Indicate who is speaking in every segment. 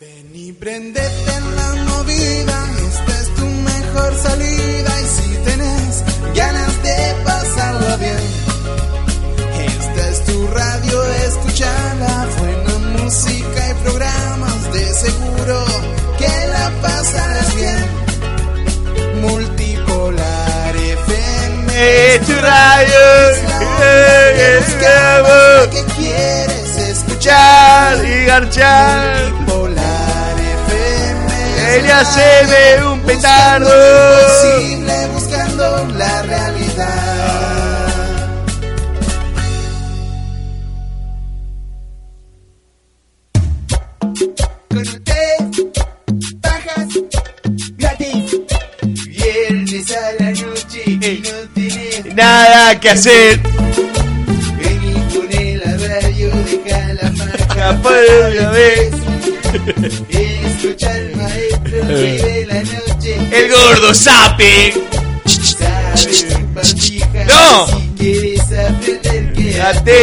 Speaker 1: Ven y prendete en la movida, esta es tu mejor salida y si tenés ganas de pasarla bien, esta es tu radio, escuchala, buena música y programas, de seguro que la pasarás bien. Multipolar FM,
Speaker 2: Es tu radio,
Speaker 1: es
Speaker 2: es
Speaker 1: la
Speaker 2: nuevo.
Speaker 1: que quieres escuchar.
Speaker 2: Chal y garchal,
Speaker 1: Polar FM.
Speaker 2: ella se ve un
Speaker 1: Buscando
Speaker 2: petardo.
Speaker 1: lo imposible, buscando la realidad. Conecté bajas gratis. Viernes a la noche y no tienes
Speaker 2: Nada que hacer.
Speaker 1: Ven y pone la radio, deja la marca
Speaker 2: Capaz de una vez.
Speaker 1: Escucha al maestro que de la noche
Speaker 2: El gordo zapping.
Speaker 1: sabe tu pastija.
Speaker 2: No.
Speaker 1: Si quieres aprender, quédate.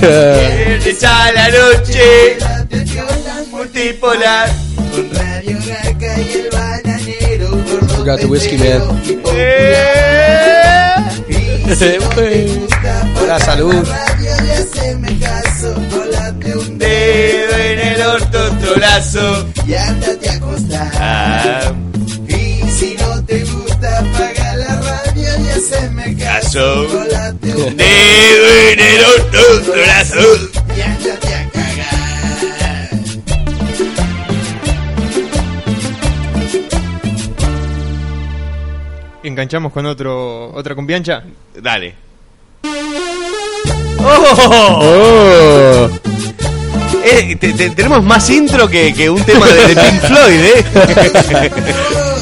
Speaker 2: Date. Viernes a la noche.
Speaker 1: Quédate piola,
Speaker 2: Multipolar.
Speaker 1: Con Radio Gaga y el bananero. Gordo
Speaker 3: Got the whiskey,
Speaker 1: Petrero
Speaker 3: man.
Speaker 1: y popular.
Speaker 2: Eh.
Speaker 1: La
Speaker 3: La salud.
Speaker 2: Dedo en el orto, otro lazo.
Speaker 1: Y ándate a acostar.
Speaker 2: Ah,
Speaker 1: Y si no te gusta, apaga la radio y haceme caso.
Speaker 2: Caso.
Speaker 1: Volate un
Speaker 2: Dedo en el orto, otro lazo.
Speaker 1: y ándate a cagar.
Speaker 4: Enganchamos con otro otra cumbiancha.
Speaker 2: Dale. ¡Oh! Eh, te- te- tenemos más intro que, que un tema de, de Pink Floyd, ¿eh?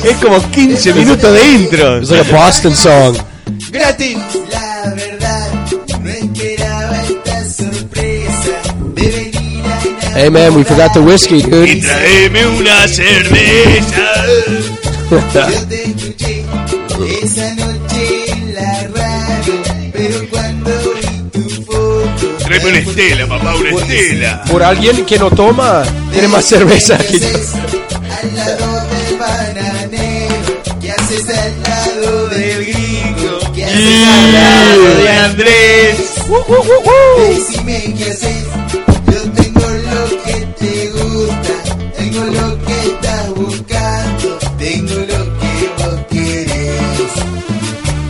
Speaker 2: es como 15 minutos de intro.
Speaker 3: It's like a Boston song.
Speaker 1: ¡Gratis! La verdad, no esperaba esta sorpresa de venir a
Speaker 3: Hey man, we forgot the whiskey,
Speaker 2: Y
Speaker 3: dude.
Speaker 2: traeme una cerveza.
Speaker 1: Yo te escuché esa noche en la radio, pero cuando vi tu foto.
Speaker 2: Traeme una estela, papá, una estela.
Speaker 3: Por alguien que no toma, tiene más cerveza que yo.
Speaker 1: Al lado del bananero, ¿qué haces al lado del gringo? ¿Qué haces al lado
Speaker 2: De Andrés.
Speaker 1: de Decime qué haces? Yo tengo lo que te gusta, tengo lo que estás buscando, tengo lo que vos querés.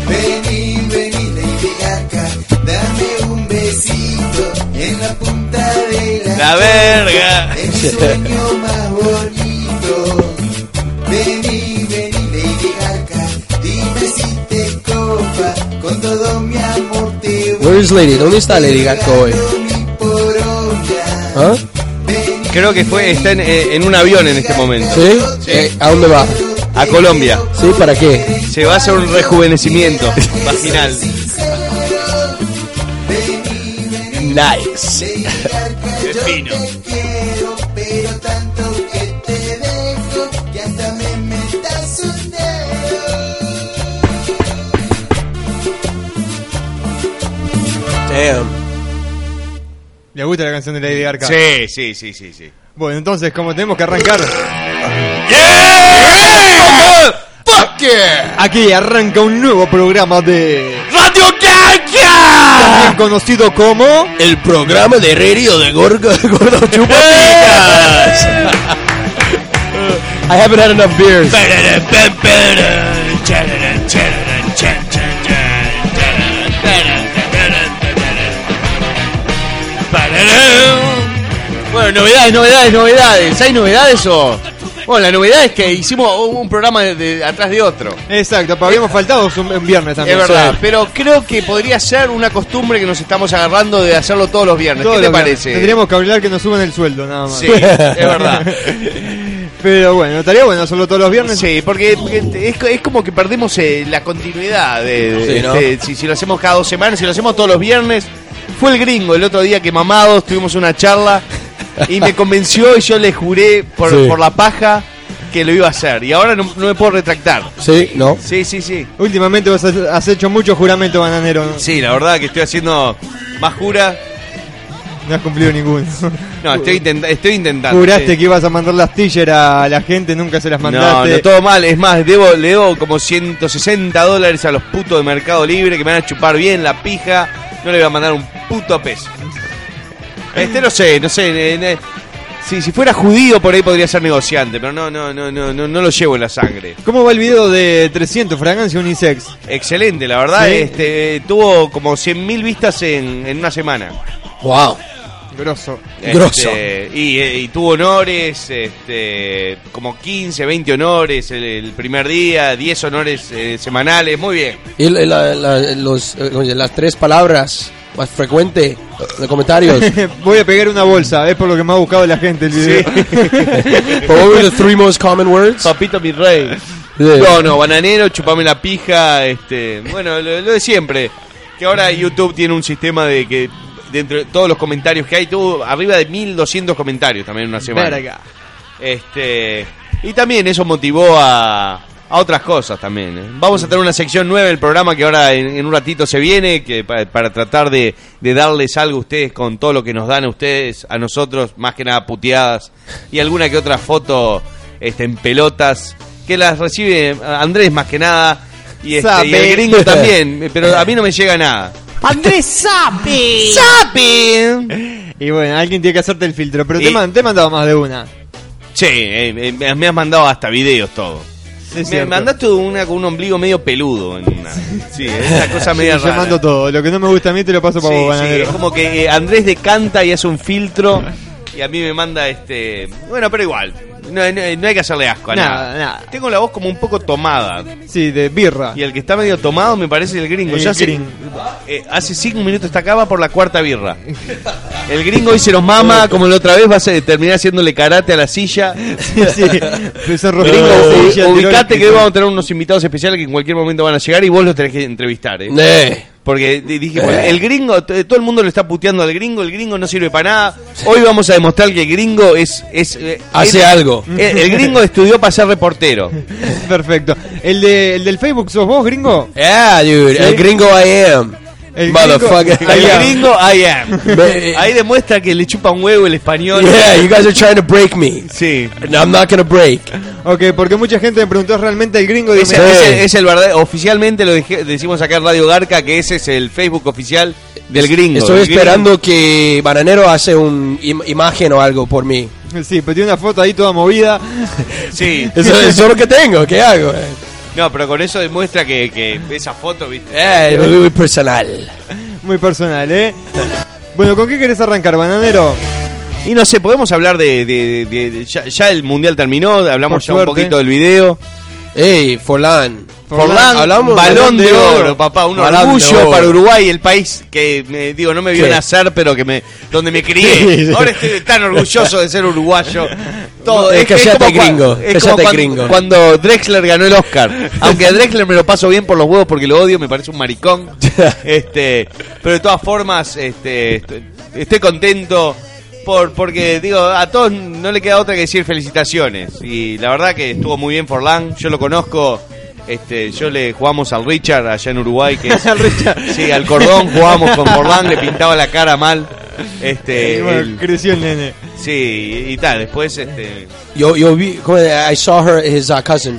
Speaker 1: Vení, vení, lady acá, dame un besito en la punta de la
Speaker 2: La verga.
Speaker 1: es mi sueño más bonito. Vení, vení, Lady Gaga. Dime si te copa. Con todo mi amor te voy.
Speaker 3: Where is Lady? ¿Dónde está Lady Gaga hoy?
Speaker 1: Regalo mi poronga.
Speaker 3: ¿Ah?
Speaker 1: Vení,
Speaker 2: Creo que fue, está en, eh, en un avión en este momento.
Speaker 3: ¿Sí? Eh, ¿A dónde va?
Speaker 2: A Colombia.
Speaker 3: ¿Sí? ¿Para qué?
Speaker 2: Se va a hacer un rejuvenecimiento vaginal. Nice.
Speaker 1: Lady Gaga, yo
Speaker 2: fino.
Speaker 1: te quiero, pero tanto que te dejo que hasta me metas un dedo.
Speaker 3: Damn.
Speaker 4: ¿Le gusta la canción de Lady Gaga?
Speaker 2: Sí, sí, sí, sí, sí.
Speaker 4: Bueno, entonces, como tenemos que arrancar,
Speaker 2: Yeah! Fuck yeah!
Speaker 4: aquí arranca un nuevo programa de.
Speaker 2: Radio
Speaker 4: también
Speaker 2: Gaga!
Speaker 4: conocido como.
Speaker 3: El programa de radio de Gorgo, Gordo Chupapicas. I haven't had enough beers.
Speaker 5: Bueno, novedades, novedades, novedades. ¿Hay novedades o...? Bueno, la novedad es que hicimos un programa de, de- atrás de otro.
Speaker 4: Exacto, pero habíamos faltado un, un viernes
Speaker 5: Es
Speaker 4: también.
Speaker 5: verdad,
Speaker 4: Sí.
Speaker 5: pero creo que podría ser una costumbre que nos estamos agarrando de hacerlo todos los viernes.
Speaker 4: Todos
Speaker 5: ¿Qué te
Speaker 4: los viernes.
Speaker 5: parece?
Speaker 4: Tendríamos que hablar que nos suban el sueldo, nada más.
Speaker 5: Sí, es verdad.
Speaker 4: Pero bueno, estaría bueno hacerlo todos los viernes.
Speaker 5: Sí, porque porque es, co- es como que perdemos eh, la continuidad. de- de-
Speaker 3: Sí, ¿no?
Speaker 5: de- si, si lo hacemos cada dos semanas, si lo hacemos todos los viernes. Fue el gringo el otro día que mamados tuvimos una charla y me convenció y yo le juré por,
Speaker 3: Sí.
Speaker 5: por la paja que lo iba a hacer. Y ahora no, no me puedo retractar.
Speaker 3: ¿Sí? ¿No?
Speaker 5: Sí, sí, sí.
Speaker 4: Últimamente vos has, has hecho mucho juramento bananero. ¿no?
Speaker 2: Sí, la verdad que estoy haciendo más jura
Speaker 4: No has cumplido ninguno.
Speaker 2: No, estoy, intenta- estoy intentando.
Speaker 4: Juraste
Speaker 2: sí.
Speaker 4: que ibas a mandar las tillers a la gente, nunca se las
Speaker 2: No,
Speaker 4: mandaste.
Speaker 2: no, todo mal. Es más, debo, le debo como 160 dólares a los putos de Mercado Libre que me van a chupar bien la pija. No le voy a mandar un puto peso. Este no sé, no sé. ne- ne- Sí, si fuera judío por ahí podría ser negociante, pero no, no, no, no, no, no lo llevo en la sangre.
Speaker 4: ¿Cómo va el video de 300 fragancia unisex?
Speaker 2: Excelente, la verdad,
Speaker 4: Sí.
Speaker 2: este tuvo como 100.000 vistas en, en una semana.
Speaker 3: Wow.
Speaker 4: Grosso.
Speaker 2: Este,
Speaker 3: Grosso.
Speaker 2: y, eh, y tuvo honores, este, como 15, 20 honores el, el primer día, 10 honores eh, semanales, muy bien.
Speaker 3: Y la- la- la- los, eh, oye, las tres palabras más frecuentes de comentarios.
Speaker 4: Voy a pegar una bolsa, es por lo que me ha buscado la gente el video.
Speaker 3: What were the three most common words?
Speaker 5: Papito mi rey.
Speaker 3: Yeah.
Speaker 2: No, no, bananero, chupame la pija, este, bueno, lo, lo de siempre. Que ahora YouTube tiene un sistema de que dentro de todos los comentarios que hay, tuvo arriba de 1200 comentarios también en una semana.
Speaker 4: Verga.
Speaker 2: Este, y también eso motivó a, a otras cosas también. ¿eh? Vamos a tener una sección nueva del programa que ahora en, en un ratito se viene, que pa- para, tratar de, de darles algo a ustedes con todo lo que nos dan a ustedes, a nosotros, más que nada puteadas, y alguna que otra foto este, en pelotas, que las recibe Andrés más que nada, y, este, y el
Speaker 4: Sabe.
Speaker 2: gringo también, pero a mí no me llega nada.
Speaker 6: Andrés Sapi.
Speaker 2: ¡Sapi!
Speaker 4: Y bueno, alguien tiene que hacerte el filtro, pero
Speaker 2: Y-
Speaker 4: te, man- te he mandado más de una.
Speaker 2: Che, eh, eh, me- me has mandado hasta videos todo.
Speaker 4: Sí,
Speaker 2: Me
Speaker 4: es cierto.
Speaker 2: mandaste una con un ombligo medio peludo en una. Sí, es una cosa
Speaker 4: Sí,
Speaker 2: media
Speaker 4: yo
Speaker 2: rara.
Speaker 4: mando todo, lo que no me gusta a mí te lo paso
Speaker 2: Sí,
Speaker 4: para
Speaker 2: sí,
Speaker 4: vos, bananero.
Speaker 2: es como que eh, Andrés decanta y hace un filtro y a mí me manda este. Bueno, pero igual. No, no- no hay que hacerle asco a
Speaker 4: Nada,
Speaker 2: nada.
Speaker 4: nada.
Speaker 2: Tengo la voz como un poco tomada.
Speaker 4: Sí, de birra.
Speaker 2: Y el que está medio tomado me parece el gringo.
Speaker 4: El
Speaker 2: Ya hace-
Speaker 4: gringo.
Speaker 2: eh, hace cinco minutos está acá, va por la cuarta birra. El gringo hoy se nos mama, como la otra vez va a ser- terminar haciéndole karate a la silla.
Speaker 4: Sí, sí. Empezó a romper
Speaker 2: Gringo,
Speaker 3: Eh,
Speaker 4: la
Speaker 2: u-
Speaker 4: silla, tiró el
Speaker 2: ubicate que hoy
Speaker 4: piso.
Speaker 2: vamos a tener unos invitados especiales que en cualquier momento van a llegar y vos los tenés que entrevistar, ¿eh?
Speaker 3: Eh,
Speaker 2: Porque di- dije, bueno, el gringo, t- todo el mundo le está puteando al gringo, el gringo no sirve para nada. Hoy vamos a demostrar que el gringo es... es eh,
Speaker 3: Hace
Speaker 2: es-
Speaker 3: algo.
Speaker 2: eh, El, gringo estudió para ser reportero.
Speaker 4: Perfecto. ¿El, de, ¿El del Facebook sos vos, gringo?
Speaker 3: yeah, dude. El gringo I am.
Speaker 4: El
Speaker 3: Motherfucker.
Speaker 4: gringo-
Speaker 2: El
Speaker 4: I am.
Speaker 2: gringo, I am.
Speaker 3: Ve- eh,
Speaker 2: Ahí demuestra que le chupa un huevo el español.
Speaker 3: Yeah, you guys are trying to break me.
Speaker 2: Sí.
Speaker 3: And I'm not gonna break.
Speaker 4: Ok, porque mucha gente me preguntó realmente el gringo.
Speaker 2: Ese-
Speaker 4: Dice,
Speaker 3: Sí.
Speaker 2: ese es el verdadero, oficialmente lo dije- decimos acá en Radio Garca que ese es el Facebook oficial del gringo.
Speaker 3: Estoy
Speaker 2: El gringo-
Speaker 3: esperando que Bananero hace un im- imagen o algo por mí.
Speaker 4: Sí, pero tiene una foto ahí toda movida.
Speaker 2: Sí.
Speaker 3: Eso es lo que tengo. ¿Qué hago? eh?
Speaker 2: No, pero con eso demuestra que, que esa foto, ¿viste?
Speaker 3: Eh, muy personal.
Speaker 4: Muy personal, ¿eh? Bueno, ¿con qué querés arrancar, bananero?
Speaker 2: Y no sé, podemos hablar de. de- de- de- ya, ya el mundial terminó, hablamos
Speaker 4: Por
Speaker 2: ya un
Speaker 4: suerte.
Speaker 2: poquito del video.
Speaker 3: Hey, Forlán.
Speaker 2: Forlán,
Speaker 3: Hablamos-
Speaker 2: balón de oro, papá, un
Speaker 3: Balón de
Speaker 2: orgullo
Speaker 3: oro.
Speaker 2: para Uruguay, el país que me digo, no me vio
Speaker 3: Sí.
Speaker 2: nacer, pero que me donde me crié.
Speaker 3: Sí, sí.
Speaker 2: Ahora estoy tan orgulloso de ser uruguayo. Todo
Speaker 3: Eh, callate,
Speaker 2: cua-
Speaker 3: gringo,
Speaker 2: es
Speaker 3: callate,
Speaker 2: cuando,
Speaker 3: gringo.
Speaker 2: cuando Drexler ganó el Oscar. Aunque a Drexler me lo paso bien por los huevos porque lo odio, me parece un maricón. Este, pero de todas formas, este, est- estoy contento por porque digo, a todos no le queda otra que decir felicitaciones y la verdad que estuvo muy bien Forlán, yo lo conozco. Este, yo le jugamos al Richard allá en Uruguay que es, Sí, al cordón jugamos con Forlán, le pintaba la cara mal. Este,
Speaker 4: Y Eh, bueno,
Speaker 2: el-
Speaker 4: creció el nene.
Speaker 2: sí, y tal, después este
Speaker 3: Yo, yo vi, ¿cómo era? I saw her, his uh, cousin.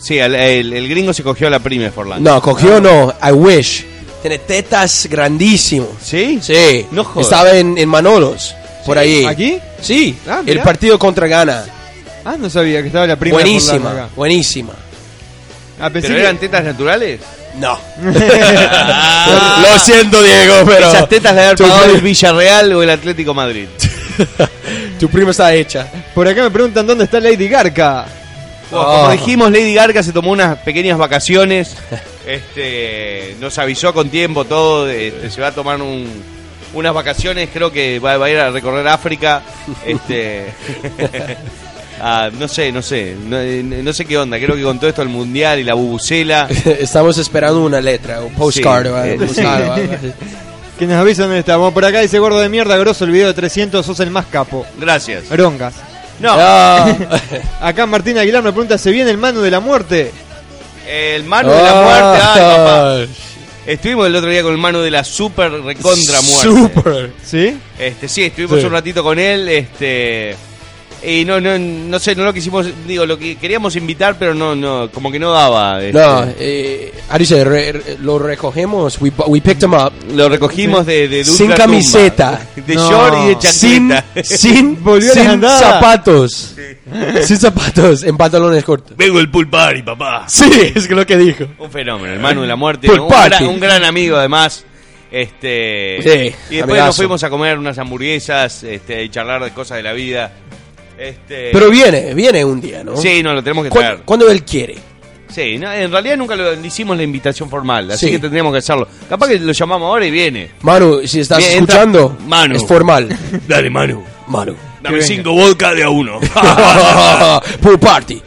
Speaker 2: Sí, el, el- el gringo se cogió a la prima de Forlán.
Speaker 3: No,
Speaker 2: Ah.
Speaker 3: cogió no, I wish. Tiene tetas grandísimos.
Speaker 2: ¿Sí?
Speaker 3: Sí.
Speaker 2: No jodas.
Speaker 3: Estaba en, en Manolos, por ahí.
Speaker 4: ¿Aquí?
Speaker 3: Sí,
Speaker 4: Ah, mirá.
Speaker 3: el partido contra Ghana.
Speaker 4: Ah, no sabía que estaba la prima de Forlán
Speaker 3: Buenísima,
Speaker 4: acá.
Speaker 3: buenísima.
Speaker 4: Ah, pensé
Speaker 2: ¿Pero
Speaker 4: que-
Speaker 2: eran tetas naturales?
Speaker 3: No.
Speaker 2: Ah.
Speaker 3: Lo siento, Diego, pero.
Speaker 2: Esas tetas le habían
Speaker 3: tu,
Speaker 2: pagado el
Speaker 3: pri-
Speaker 2: Villarreal o el Atlético Madrid.
Speaker 3: tu prima está hecha.
Speaker 4: Por acá me preguntan dónde está Lady Garca.
Speaker 2: Bueno, Como dijimos, Lady Garga se tomó unas pequeñas vacaciones. Este, nos avisó con tiempo todo. este, se va a tomar un- unas vacaciones. Creo que va, va a ir a recorrer África. Este, ah, no sé, no sé. No, eh, no sé qué onda. Creo que con todo esto el mundial y la bubucela.
Speaker 3: Estamos esperando una letra, un postcard
Speaker 2: Sí,
Speaker 3: o algo,
Speaker 2: eh,
Speaker 3: un
Speaker 2: sí.
Speaker 3: postcard o algo así.
Speaker 4: Que nos avisa dónde estamos. Por acá dice gordo de mierda, grosso el video de 300, sos el más capo.
Speaker 2: Gracias.
Speaker 4: Rongas.
Speaker 2: No,
Speaker 3: Ah.
Speaker 2: Ah,
Speaker 4: Acá Martín Aguilar me pregunta, ¿se viene el mano de la muerte?
Speaker 2: el mano de la muerte. ay, papá.
Speaker 3: Ah,
Speaker 2: Estuvimos el otro día con el Manu de la super recontra muerte.
Speaker 3: Super.
Speaker 4: ¿Sí?
Speaker 2: Este, sí, estuvimos
Speaker 3: Sí.
Speaker 2: un ratito con él, este y no, no, no sé, no lo quisimos, digo, lo que queríamos invitar, pero no, no, como que no daba. este.
Speaker 3: No, eh, how do you say, re- re- lo recogemos, we, bu- we picked him up.
Speaker 2: Lo recogimos de, de
Speaker 3: Sin
Speaker 2: Ultra
Speaker 3: camiseta.
Speaker 2: Tumba. De
Speaker 4: No.
Speaker 2: short y de
Speaker 3: Sin,
Speaker 2: chancleta.
Speaker 3: sin,
Speaker 4: Volvió a las
Speaker 3: sin
Speaker 4: andadas.
Speaker 3: zapatos. Sin zapatos, en pantalones cortos.
Speaker 2: Vengo el pool party, papá.
Speaker 3: Sí, es lo que dijo.
Speaker 2: Un fenómeno, el Manu de la muerte.
Speaker 3: Pool
Speaker 2: Un
Speaker 3: party.
Speaker 2: gran, un gran amigo, además. Este,
Speaker 3: Sí,
Speaker 2: y después
Speaker 3: amigazo.
Speaker 2: nos fuimos a comer unas hamburguesas este, y charlar de cosas de la vida. Este,
Speaker 3: Pero viene, viene un día, ¿no?
Speaker 2: sí, no, lo tenemos que
Speaker 3: Cu-
Speaker 2: traer.
Speaker 3: Cuando él quiere.
Speaker 2: Sí, no, en realidad nunca lo- le hicimos la invitación formal, así
Speaker 3: Sí.
Speaker 2: que tendríamos que hacerlo. Capaz que lo llamamos ahora y viene.
Speaker 3: Manu, si estás
Speaker 2: Bien, entra-
Speaker 3: escuchando,
Speaker 2: Manu.
Speaker 3: es formal.
Speaker 2: Dale, Manu.
Speaker 3: Manu.
Speaker 2: Dame cinco vodka de a uno.
Speaker 3: Pool party.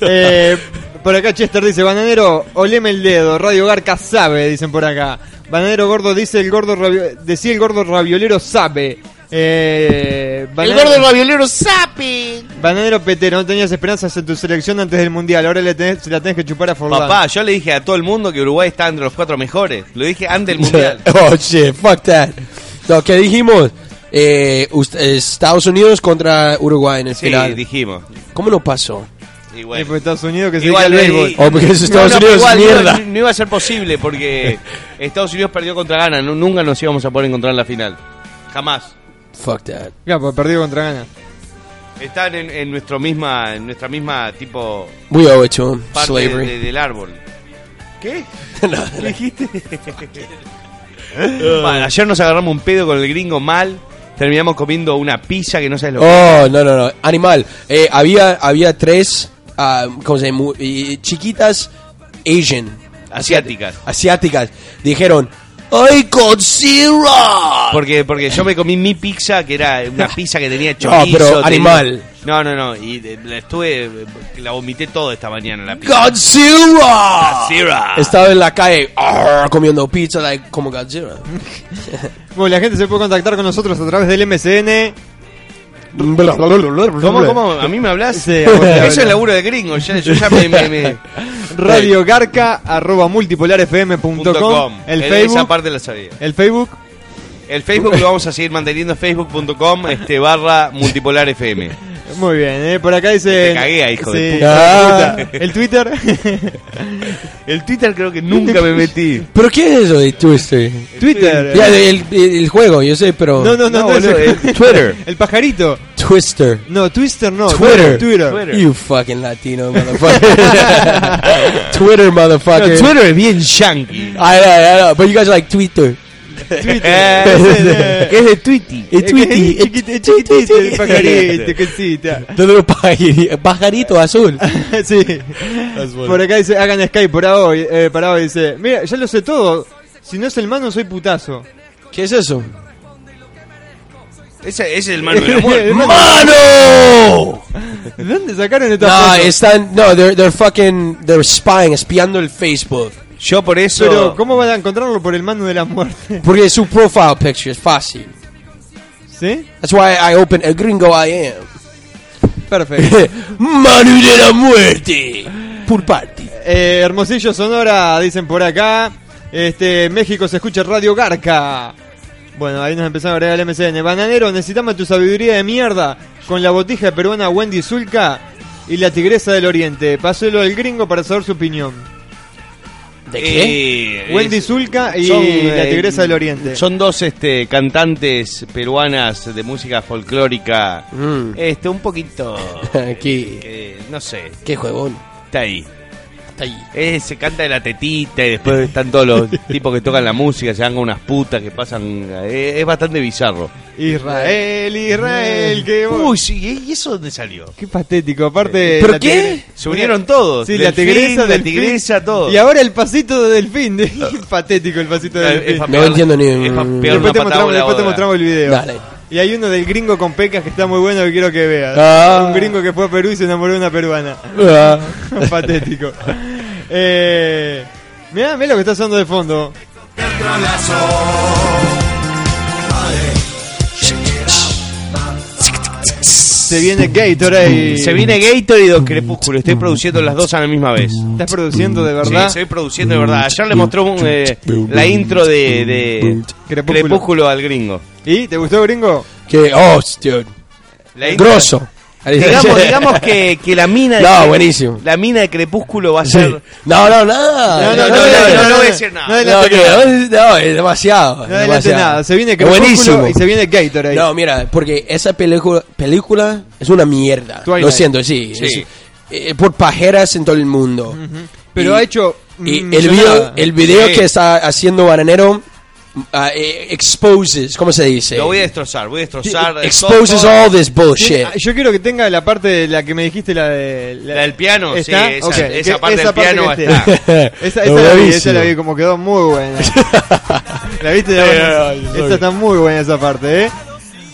Speaker 4: Eh, por acá Chester dice, bananero, oleme el dedo, Radio Garca sabe, dicen por acá. Bananero gordo dice, el gordo rabio- decía el gordo raviolero sabe. Eh,
Speaker 5: El
Speaker 4: bananero,
Speaker 5: gordo raviolero sape.
Speaker 4: bananero petero, no tenías esperanzas en tu selección antes del mundial, ahora le tenés- se la tenés que chupar a Forlán.
Speaker 2: Papá, yo le dije a todo el mundo que Uruguay está entre los cuatro mejores. Lo dije antes del mundial.
Speaker 3: Oh, shit, fuck that. Lo que dijimos, eh, ust- eh, Estados Unidos contra Uruguay en el
Speaker 2: Sí,
Speaker 3: final.
Speaker 2: dijimos.
Speaker 3: ¿Cómo no pasó?
Speaker 2: Y
Speaker 4: Eh,
Speaker 2: bueno.
Speaker 4: pues Estados Unidos que se
Speaker 2: Igual,
Speaker 4: dedica al
Speaker 2: eh,
Speaker 4: béisbol.
Speaker 2: y-
Speaker 3: Oh, porque es Estados
Speaker 2: pero
Speaker 3: Unidos,
Speaker 2: no,
Speaker 3: mierda.
Speaker 2: No, iba a ser posible porque Estados Unidos perdió contra Ghana. no- nunca nos íbamos a poder encontrar en la final. Jamás.
Speaker 3: Fuck that.
Speaker 4: Claro, pues, perdido contra Gana.
Speaker 2: Están en, en nuestro misma, en nuestra misma tipo
Speaker 3: We owe it to him.
Speaker 2: parte
Speaker 3: Slavery.
Speaker 2: de- del árbol. ¿Qué? dijiste? ayer nos agarramos un pedo con el gringo mal. Terminamos comiendo una pizza que no sabes lo que.
Speaker 3: Oh, no, no, no. Animal. Eh, había, había tres, ah, ¿cómo se llama? Mu- eh, chiquitas Asian.
Speaker 2: Asiáticas.
Speaker 3: Asiáticas. Dijeron, ¡Ay, con syrup!
Speaker 2: Porque, porque yo me comí mi pizza, que era una pizza que tenía chorizo.
Speaker 3: pero
Speaker 2: tenía-
Speaker 3: animal.
Speaker 2: No, no, no. Y eh, la estuve. eh, La vomité toda esta mañana la pizza.
Speaker 3: ¡Godzilla!
Speaker 2: Godzilla.
Speaker 3: Estaba en la calle "Arr", comiendo pizza like, como Godzilla.
Speaker 4: Bueno, la gente se puede contactar con nosotros a través del MSN.
Speaker 2: ¿Cómo, cómo? ¿A mí me hablas?
Speaker 4: Sí, a vos te hablo.
Speaker 2: Eso es laburo de gringo. ya- yo ya me. me- me-
Speaker 4: Radio Garca, arroba multipolarfm.com,
Speaker 2: punto com.
Speaker 4: el
Speaker 2: Eh, Esa
Speaker 4: Facebook,
Speaker 2: parte la sabía.
Speaker 4: el Facebook,
Speaker 2: El Facebook lo vamos a seguir manteniendo facebook.com este barra multipolar FM.
Speaker 4: Muy bien, eh, por acá dice.
Speaker 2: Te cagué, hijo de
Speaker 3: puta.
Speaker 4: hijo de puta. El Twitter.
Speaker 2: El Twitter creo que nunca me metí.
Speaker 3: ¿Pero qué es eso de Twister?
Speaker 4: Twitter.
Speaker 3: Ya, el, el- el juego, yo sé, pero...
Speaker 4: No, no, no,
Speaker 2: No,
Speaker 4: no, es
Speaker 2: boludo,
Speaker 4: el-
Speaker 2: el Twitter.
Speaker 4: El pajarito.
Speaker 3: Twister.
Speaker 4: No, Twister no.
Speaker 3: Twitter.
Speaker 4: Twitter.
Speaker 2: Twitter.
Speaker 3: You fucking Latino, motherfucker. Twitter, motherfucker.
Speaker 2: es bien yankee.
Speaker 3: I know, I know, but you guys like Twitter.
Speaker 2: Eh, ¿Qué es de Twitty?
Speaker 3: It's Tweety.
Speaker 4: Es chiquitito, es chiquitito el pajarito,
Speaker 2: Twitter.
Speaker 4: cosita.
Speaker 3: The little pajari- pajarito azul.
Speaker 4: sí. Por acá dice, hagan Skype para hoy, eh, para hoy dice, mira, ya lo sé todo. Si no es el mano, soy putazo.
Speaker 3: ¿Qué es eso?
Speaker 2: Ese, ese es el mano de la muerte.
Speaker 3: ¡Mano!
Speaker 4: ¿De dónde sacaron esta
Speaker 3: No,
Speaker 4: foto?
Speaker 3: están... No, they're, they're fucking... They're spying, espiando el Facebook.
Speaker 2: Yo por eso.
Speaker 4: Pero, ¿cómo van a encontrarlo por el mano de la muerte?
Speaker 3: Porque es su profile picture, es fácil.
Speaker 4: ¿Sí?
Speaker 3: That's why I open a gringo I am.
Speaker 4: Perfecto.
Speaker 3: Manu de la muerte. Pool party.
Speaker 4: Eh, Hermosillo Sonora, dicen por acá. Este, México se escucha Radio Garca. Bueno, ahí nos empezaron a agregar el MCN. Bananero, necesitamos tu sabiduría de mierda con la botija peruana Wendy Zulka y la tigresa del oriente. Páselo al gringo para saber su opinión.
Speaker 3: ¿De qué?
Speaker 2: Eh,
Speaker 4: Wendy
Speaker 2: es-
Speaker 4: Zulka y
Speaker 2: son,
Speaker 4: la
Speaker 2: eh,
Speaker 4: tigresa del oriente.
Speaker 2: Son dos este, cantantes peruanas de música folclórica.
Speaker 3: Mm.
Speaker 2: Este, un poquito.
Speaker 3: Qué,
Speaker 2: que, no sé,
Speaker 3: qué juegón.
Speaker 2: está ahí.
Speaker 3: Está ahí.
Speaker 2: Eh, se canta de la tetita y después están todos los tipos que tocan la música, se dan con unas putas que pasan. eh, es bastante bizarro.
Speaker 4: Israel, Israel, qué, bo-
Speaker 2: Uy, sí, ¿y eso dónde salió?
Speaker 4: qué patético. Aparte,
Speaker 3: ¿Pero
Speaker 4: la
Speaker 3: qué?
Speaker 4: tigre-
Speaker 2: Eh, Se unieron todos.
Speaker 4: Sí, la
Speaker 2: Delfín,
Speaker 4: tigresa,
Speaker 2: la
Speaker 4: delfín.
Speaker 2: tigresa, todo.
Speaker 4: Y ahora el pasito de delfín. patético el pasito de
Speaker 2: Eh, es
Speaker 4: delfín.
Speaker 2: pa-
Speaker 3: No entiendo ni-
Speaker 2: es pa- peor
Speaker 4: Después te,
Speaker 2: una patada
Speaker 4: mostramos, después te
Speaker 2: voladora.
Speaker 4: mostramos el video.
Speaker 3: Dale.
Speaker 4: Y hay uno del gringo con pecas que está muy bueno que quiero que veas.
Speaker 3: Ah.
Speaker 4: Un gringo que fue a Perú y se enamoró de una peruana. Patético. Eh, mirá, mirá lo que está sonando de fondo. Se viene Gatorade.
Speaker 2: Mm, Se viene Gator y dos crepúsculos.
Speaker 3: Mm.
Speaker 2: Estoy produciendo las dos a la misma vez.
Speaker 4: Estás produciendo de
Speaker 2: Sí,
Speaker 4: verdad.
Speaker 2: estoy produciendo de verdad. Ayer le mostró un, eh, la intro de, de
Speaker 4: Crepúsculo.
Speaker 2: crepúsculo. al gringo.
Speaker 4: ¿Y te gustó, gringo?
Speaker 3: Que, oh, dude.
Speaker 2: La intro-
Speaker 3: Grosso.
Speaker 2: Digamos, digamos que, que la mina de
Speaker 3: No,
Speaker 2: Crepúsculo-
Speaker 3: buenísimo.
Speaker 2: La mina de crepúsculo va a
Speaker 3: Sí.
Speaker 2: ser.
Speaker 3: No, Ah, no, nada.
Speaker 2: No, no, no, no, no, no voy a decir nada.
Speaker 4: No
Speaker 3: No,
Speaker 4: adelante
Speaker 3: que-
Speaker 4: nada.
Speaker 3: no, es demasiado.
Speaker 4: No adelante
Speaker 3: demasiado.
Speaker 4: nada. Se viene
Speaker 3: Buenísimo.
Speaker 4: Crepúsculo y se viene Gatorade.
Speaker 3: No, mira, porque esa película, película es una mierda.
Speaker 4: Twilight.
Speaker 3: Lo siento, sí.
Speaker 2: Sí.
Speaker 3: Es- eh, por pajeras en todo el mundo.
Speaker 4: Pero ha hecho
Speaker 3: y
Speaker 4: mm,
Speaker 3: el video,
Speaker 4: millonada.
Speaker 3: el video
Speaker 2: Sí.
Speaker 3: que está haciendo Baranero ah, eh, exposes, ¿cómo se dice?
Speaker 2: Lo voy a destrozar, voy a destrozar. eh,
Speaker 3: exposes
Speaker 2: todo-
Speaker 3: all this bullshit.
Speaker 4: Tiene- Yo quiero que tenga la parte de la que me dijiste, la, de,
Speaker 2: La del piano, sí,
Speaker 4: ¿Está?
Speaker 2: esa-
Speaker 4: Ok,
Speaker 2: esa
Speaker 4: que-
Speaker 2: parte del piano
Speaker 4: que
Speaker 2: va a
Speaker 4: esté. Esa, esa la vi, esa la vi,
Speaker 3: Buenísimo.
Speaker 4: como quedó muy buena. ¿La viste? La buena.
Speaker 3: ay,
Speaker 4: Esa está muy buena esa parte, ¿eh?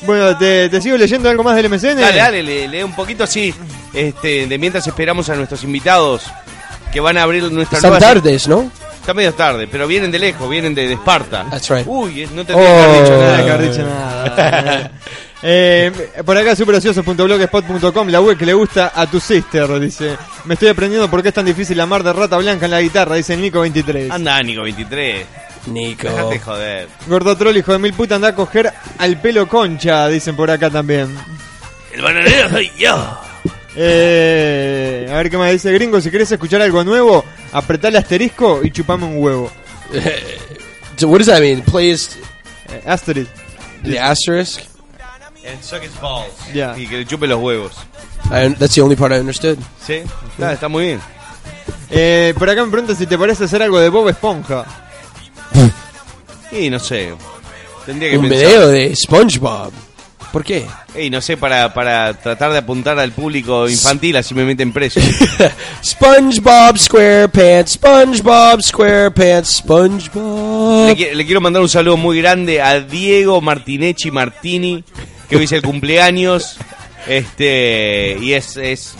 Speaker 4: Bueno, ¿te, te sigo leyendo algo más del MCN?
Speaker 2: Dale, dale, lee, lee un poquito así. Este, de mientras esperamos a nuestros invitados que van a abrir nuestra
Speaker 3: Están
Speaker 2: nueva.
Speaker 3: tardes, ¿no?
Speaker 2: Está medio tarde, pero vienen de lejos, vienen de, de Esparta.
Speaker 3: That's right.
Speaker 2: Uy, eh, no tendría que haber
Speaker 3: Oh.
Speaker 2: dicho
Speaker 4: Nada
Speaker 2: nada.
Speaker 4: que haber dicho nada, nada. Eh, por acá superociosos.blogspot.com La web que le gusta a tu sister Dice Me estoy aprendiendo por qué es tan difícil amar de rata blanca en la guitarra Dice Nico23
Speaker 2: Anda, Nico 23.
Speaker 3: Nico.
Speaker 2: Dejate joder.
Speaker 4: Gordo troll, hijo de mil puta Anda a coger al pelo concha Dicen por acá también
Speaker 2: El bananero soy yo.
Speaker 4: Eh, a ver qué más dice Gringo. Si querés escuchar algo nuevo, apretá el asterisco y chupame un huevo.
Speaker 3: So what does that mean? Plays
Speaker 4: Eh, asterisk.
Speaker 3: the asterisk?
Speaker 2: And suck his balls.
Speaker 4: Ya.
Speaker 2: Y E. que le chupe los huevos.
Speaker 3: I, that's the only part I understood.
Speaker 2: ¿Sí? Está, está muy bien.
Speaker 4: Eh, por acá me preguntan si te parece hacer algo de Bob Esponja.
Speaker 2: Y no sé. Tendría que
Speaker 3: Un
Speaker 2: pensar.
Speaker 3: video de SpongeBob. ¿Por qué?
Speaker 2: Y no sé, para, para tratar de apuntar al público infantil, así me meten preso.
Speaker 3: SpongeBob SquarePants, SpongeBob SquarePants,
Speaker 2: Le,
Speaker 3: SpongeBob.
Speaker 2: qui- le quiero mandar un saludo muy grande a Diego Martinechi Martini, que hoy es el cumpleaños. Este, y es, es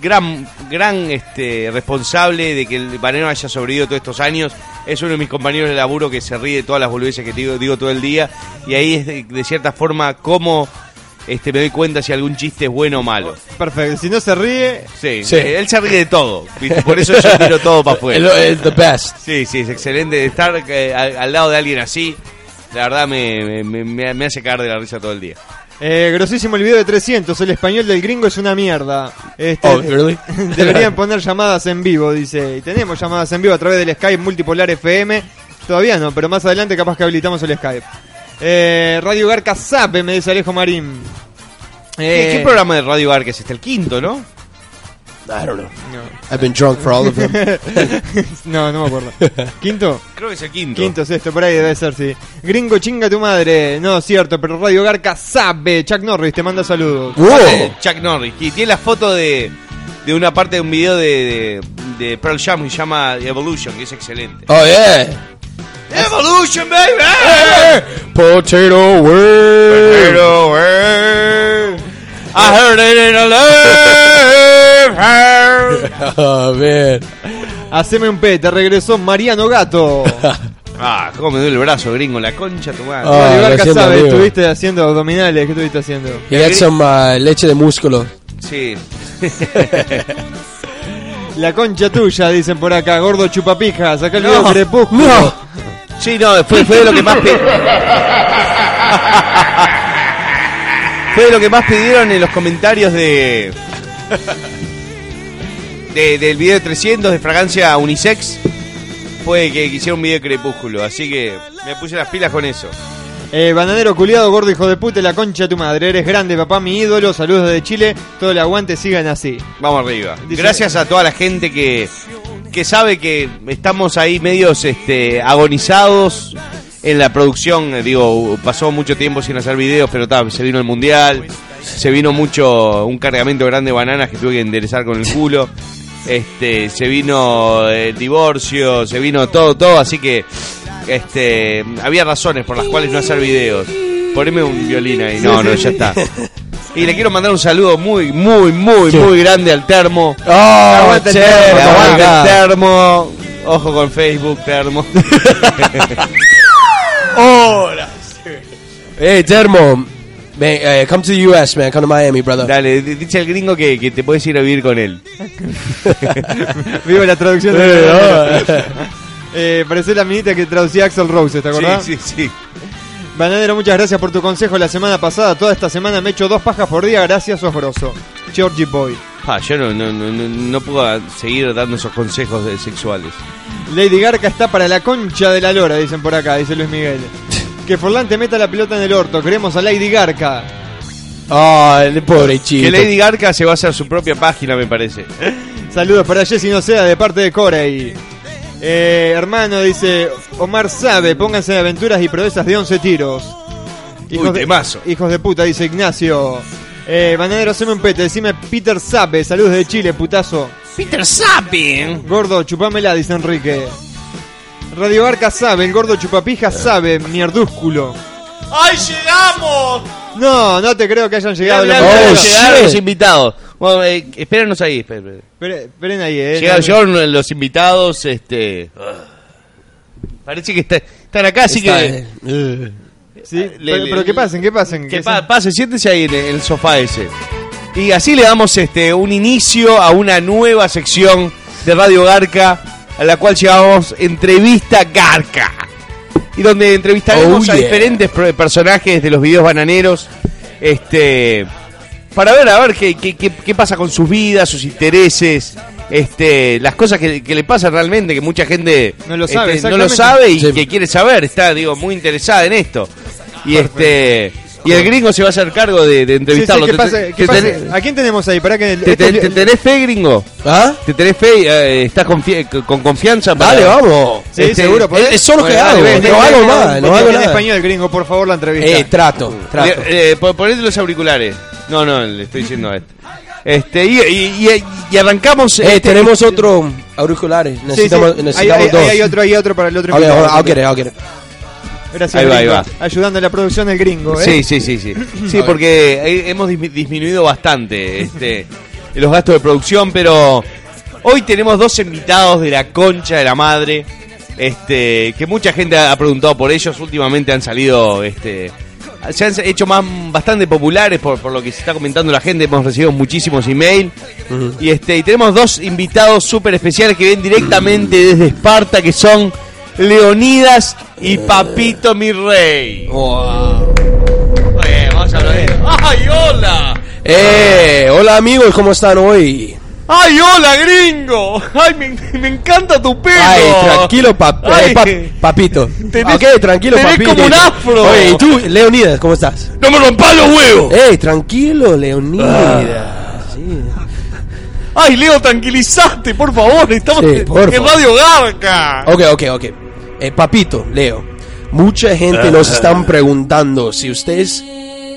Speaker 2: gran, gran este, responsable de que el banero haya sobrevivido todos estos años. Es uno de mis compañeros de laburo que se ríe de todas las boludeces que digo, digo todo el día. Y ahí es de, de cierta forma como este, me doy cuenta si algún chiste es bueno o malo.
Speaker 4: Perfecto. Si no se ríe,
Speaker 2: Sí,
Speaker 3: Sí.
Speaker 2: él se ríe de todo. ¿viste? Por eso yo tiro todo para afuera.
Speaker 3: El- el- the best.
Speaker 2: Sí, sí, es excelente estar eh, al, al lado de alguien así. La verdad me, me- me- me hace caer de la risa todo el día.
Speaker 4: eh, grosísimo el video de 300. El español del gringo es una mierda. Este,
Speaker 3: Oh, really?
Speaker 4: Deberían poner llamadas en vivo, dice. Y tenemos llamadas en vivo a través del Skype Multipolar FM. Todavía no, pero más adelante capaz que habilitamos el Skype. Eh, Radio Garca Zape, me dice Alejo Marín.
Speaker 2: ¿Qué,
Speaker 4: Eh,
Speaker 2: qué programa de Radio Bar que es este? El quinto, ¿no?
Speaker 3: I don't know. I've been drunk for all of them.
Speaker 4: Eh, no, no me acuerdo. ¿Quinto?
Speaker 2: Creo que es el quinto.
Speaker 4: Quinto, sexto, por ahí debe ser, sí. Gringo, chinga tu madre. No, cierto, pero Radio Garca sabe. Chuck Norris te manda saludos.
Speaker 2: Eh,
Speaker 3: Whoa.
Speaker 2: Chuck Norris. Y tiene la foto de, de una parte de un video de, de, de Pearl Jam que se llama Evolution, que es excelente.
Speaker 3: Oh yeah.
Speaker 4: Oh.
Speaker 2: ¡Evolution,
Speaker 4: Eh.
Speaker 2: baby!
Speaker 3: Potato worm.
Speaker 2: Pero, eh, I heard it in a love heart.
Speaker 3: Oh man.
Speaker 4: Haceme un P, te regresó Mariano Gato.
Speaker 2: Ah, cómo me duele el brazo, gringo, la concha tu madre.
Speaker 3: Ah,
Speaker 4: Radio
Speaker 3: lo
Speaker 4: Garca
Speaker 3: siento,
Speaker 4: sabe,
Speaker 3: amigo.
Speaker 4: estuviste haciendo abdominales, ¿qué estuviste haciendo?
Speaker 3: You got some uh, leche de músculo.
Speaker 2: Sí.
Speaker 4: La concha tuya, dicen por acá, gordo chupapija, saca el video crepúsculo.
Speaker 3: no.
Speaker 2: Sí, no, fue, fue de lo que más pe- Fue de lo que más pidieron en los comentarios de, de- del video de 300 de fragancia unisex. Fue que quisieron un video de crepúsculo, así que me puse las pilas con eso.
Speaker 4: Eh, bananero culiado, gordo hijo de puta, la concha de tu madre. Eres grande, papá, mi ídolo. Saludos desde Chile. Todo el aguante, sigan así.
Speaker 2: Vamos arriba.
Speaker 4: Dice-
Speaker 2: Gracias a toda la gente que, que sabe que estamos ahí medios este, agonizados en la producción. Eh, Digo, pasó mucho tiempo sin hacer videos, pero ta, se vino el mundial, se vino mucho un cargamento grande de bananas que tuve que enderezar con el culo. Este, se vino eh, el divorcio, se vino todo, todo, así que este, había razones por las cuales no hacer videos. Poneme un violín ahí. No, no, ya está. Y le quiero mandar un saludo muy, muy, muy, muy grande al termo.
Speaker 3: Oh,
Speaker 4: Aguanta el
Speaker 3: che, oh my
Speaker 4: termo,
Speaker 2: Aguante
Speaker 3: God.
Speaker 2: el termo. Ojo con Facebook, termo.
Speaker 3: Hey, Termo, Man, eh, come to the U.S., man. Come to Miami, brother.
Speaker 2: Dale, d- dice al gringo que, que te puedes ir a vivir con él.
Speaker 4: Viva la traducción de
Speaker 3: Eh,
Speaker 4: eh, parecía la minita que traducía Axel Rose, ¿te acordás?
Speaker 2: Sí, sí, sí.
Speaker 4: Bananero, muchas gracias por tu consejo la semana pasada. Toda esta semana me echo dos pajas por día, gracias, sos grosso. Georgie Boy.
Speaker 2: Pa, yo no, no, no, no- no puedo seguir dando esos consejos de- sexuales.
Speaker 4: Lady Garca está para la concha de la lora, dicen por acá, dice Luis Miguel. Que Forlán te meta la pelota en el orto, queremos a Lady Garca.
Speaker 3: Ah, el pobre chico.
Speaker 2: Que Lady Garca se va a hacer su propia página, me parece.
Speaker 4: Saludos para Jessy Noceda de parte de Corey. Eh, hermano, dice Omar Sabe, pónganse en aventuras y proezas de 11 tiros.
Speaker 2: Uy, temazo.
Speaker 4: De, hijos de puta, dice Ignacio. Eh, Bananero, haceme un pete, decime Peter Sabe, saludos de Chile, putazo.
Speaker 6: Peter Sapping.
Speaker 4: Gordo, chupámela, dice Enrique. Radio Barca sabe, el gordo chupapija sabe, mierdúsculo.
Speaker 5: ¡Ay, llegamos!
Speaker 4: No, no te creo que hayan llegado los...
Speaker 3: bla,
Speaker 2: Llegaron
Speaker 3: Oh, shit.
Speaker 2: los invitados. Bueno, eh, espérenos ahí. espérenos.
Speaker 4: Esperen- Esperen ahí, eh.
Speaker 2: Llegaron,
Speaker 4: No-
Speaker 2: llegaron los invitados. este Parece que está- están acá, así
Speaker 3: Está,
Speaker 2: que.
Speaker 3: eh, eh.
Speaker 4: Sí,
Speaker 2: le-
Speaker 4: pero,
Speaker 2: le-
Speaker 4: pero que pasen, que pasen.
Speaker 2: Que
Speaker 4: que
Speaker 2: pa-
Speaker 4: se-
Speaker 2: pase, siéntese ahí en el, en el sofá ese. Y así le damos este un inicio a una nueva sección de Radio Garca, a la cual llamamos Entrevista Garca. Y donde entrevistaremos
Speaker 3: Oh,
Speaker 2: a
Speaker 3: yeah.
Speaker 2: diferentes pro- personajes de los videos bananeros. Este. Para ver, a ver qué, qué- qué- qué pasa con sus vidas, sus intereses, este, las cosas que, que le pasan realmente, que mucha gente
Speaker 4: No lo sabe,
Speaker 2: este, no lo
Speaker 4: exactamente.
Speaker 2: sabe y
Speaker 3: Sí.
Speaker 2: que quiere saber, está, digo, muy interesada en esto. Y este y el gringo se va a hacer cargo de, de
Speaker 4: Sí, sí,
Speaker 2: entrevistarlo.
Speaker 4: que
Speaker 2: ¿Te-
Speaker 4: pase,
Speaker 2: te-
Speaker 4: que
Speaker 2: te-
Speaker 4: pase. ¿A quién tenemos ahí? Para que...
Speaker 2: te-
Speaker 4: esto
Speaker 2: te-
Speaker 4: es-
Speaker 2: te tenés fe, gringo?
Speaker 3: ¿Ah?
Speaker 2: ¿Te tenés fe? Eh, ¿Estás confi- con- con confianza? para- este,
Speaker 3: Dale, vamos.
Speaker 4: Sí, seguro,
Speaker 3: Es,
Speaker 4: podés.
Speaker 3: es solo que
Speaker 2: Bueno,
Speaker 3: hago.
Speaker 2: dale,
Speaker 4: este
Speaker 3: No hago nada,
Speaker 4: más,
Speaker 3: no hago
Speaker 4: En
Speaker 3: nada.
Speaker 4: español, gringo, por favor, la entrevista.
Speaker 3: Eh, trato, trato.
Speaker 2: Le- eh, po- ponete los auriculares. No, no, le estoy diciendo a este. Este, y, y- y- y arrancamos.
Speaker 3: Eh,
Speaker 2: este-
Speaker 3: tenemos otro auriculares.
Speaker 4: Sí, sí,
Speaker 3: Necesitamos,
Speaker 4: ahí-
Speaker 3: necesitamos
Speaker 4: ahí,
Speaker 3: dos.
Speaker 4: ahí hay otro, ahí hay otro para el otro.
Speaker 3: Ok,
Speaker 4: invitado.
Speaker 3: ahora- I'll get it, I'll get it.
Speaker 4: Gracias,
Speaker 2: Ahí va,
Speaker 4: gringo.
Speaker 2: ahí
Speaker 4: Ayudando a la producción del gringo, eh.
Speaker 2: Sí, sí, sí, sí. Sí, porque eh, hemos dismi- disminuido bastante este, los gastos de producción, pero hoy tenemos dos invitados de la concha de la madre, este, que mucha gente ha ha preguntado por ellos, últimamente han salido, este, se han hecho más bastante populares por, por lo que se está comentando la gente, hemos recibido muchísimos email y este, y tenemos dos invitados súper especiales que vienen directamente desde Esparta, que son Leonidas y Papito mi rey. Oye, vamos a aplaudir. ¡Ay, hola!
Speaker 3: Eh, hola amigos, ¿cómo están hoy?
Speaker 2: ¡Ay, hola, gringo! ¡Ay, me, me encanta tu pelo!
Speaker 3: Ay, tranquilo, pap- eh,
Speaker 2: Ay.
Speaker 3: pap- papito. Ah,
Speaker 2: Tenés-
Speaker 3: ok, tranquilo,
Speaker 2: tenés
Speaker 3: papito.
Speaker 2: como un afro.
Speaker 3: Oye, ¿y tú, Leonidas, cómo estás?
Speaker 2: ¡No me rompas los huevos! Ah.
Speaker 3: Ey, tranquilo, Leonidas. Sí.
Speaker 2: ¡Ay, Leo, tranquilizaste, por favor! ¡Estamos
Speaker 3: Sí, por
Speaker 2: en
Speaker 3: favor.
Speaker 2: Radio Garca!
Speaker 3: Ok, ok, ok. Eh, papito, Leo. Mucha gente
Speaker 2: Ah.
Speaker 3: nos están preguntando si ustedes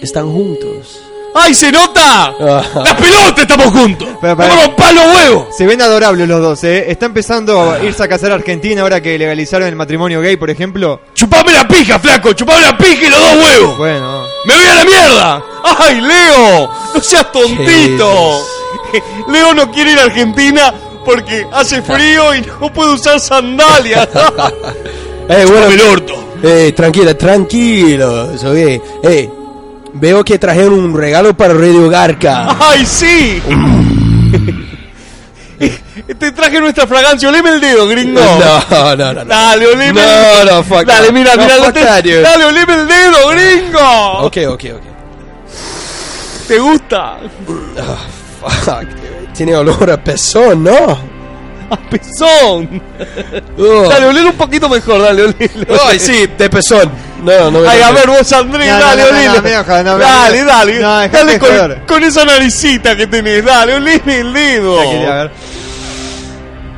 Speaker 3: están juntos. Ah.
Speaker 2: ¡Ay, se nota!
Speaker 3: Ajá.
Speaker 2: ¡Las pelotas estamos juntos!
Speaker 4: Pero,
Speaker 2: ¡No
Speaker 4: pero-
Speaker 2: me rompas los huevos!
Speaker 4: Se ven adorables los dos, ¿eh? Está empezando a irse a casar a Argentina ahora que legalizaron el matrimonio gay, por ejemplo.
Speaker 2: ¡Chupame la pija, flaco! ¡Chupame la pija y los dos huevos!
Speaker 4: Bueno.
Speaker 2: ¡Me voy a la mierda! ¡Ay, Leo! ¡No seas tontito! Leo no quiere ir a Argentina porque hace frío y no puede usar sandalias.
Speaker 3: Eh, bueno,
Speaker 2: el orto!
Speaker 3: eh, tranquila, tranquilo. Oye, eh, veo que trajeron un regalo para Radio Garca.
Speaker 2: ¡Ay, sí!
Speaker 3: Mm.
Speaker 2: Te traje nuestra fragancia. Oleme el dedo, gringo.
Speaker 3: no, no, no. no.
Speaker 2: Dale, oleme
Speaker 3: No,
Speaker 2: el
Speaker 3: no, fuck
Speaker 2: Dale,
Speaker 3: no.
Speaker 2: mira,
Speaker 3: No,
Speaker 2: mira.
Speaker 3: fuck
Speaker 2: no te-
Speaker 3: that, dude.
Speaker 2: Dale, oleme el dedo, gringo.
Speaker 3: Ok, ok, ok.
Speaker 2: ¿Te gusta?
Speaker 3: Fuck, tiene olor a pezón, ¿no?
Speaker 2: A pezón.
Speaker 3: Ugh.
Speaker 2: Dale, olelo un poquito mejor. Dale, olelo.
Speaker 3: Oh, Ay, sí, de pezón. No, no me
Speaker 2: Ay, a
Speaker 3: toques.
Speaker 2: ver, vos, Andrés,
Speaker 4: No, no,
Speaker 2: dale,
Speaker 4: no, no,
Speaker 2: olele.
Speaker 4: no, me jodas, no, me
Speaker 2: dale,
Speaker 4: jodas.
Speaker 2: dale.
Speaker 4: No, dejate
Speaker 2: dale
Speaker 4: de
Speaker 2: con,
Speaker 4: joder.
Speaker 2: con esa naricita que tenés, dale, olele el dedo.
Speaker 4: Aquí, a ver.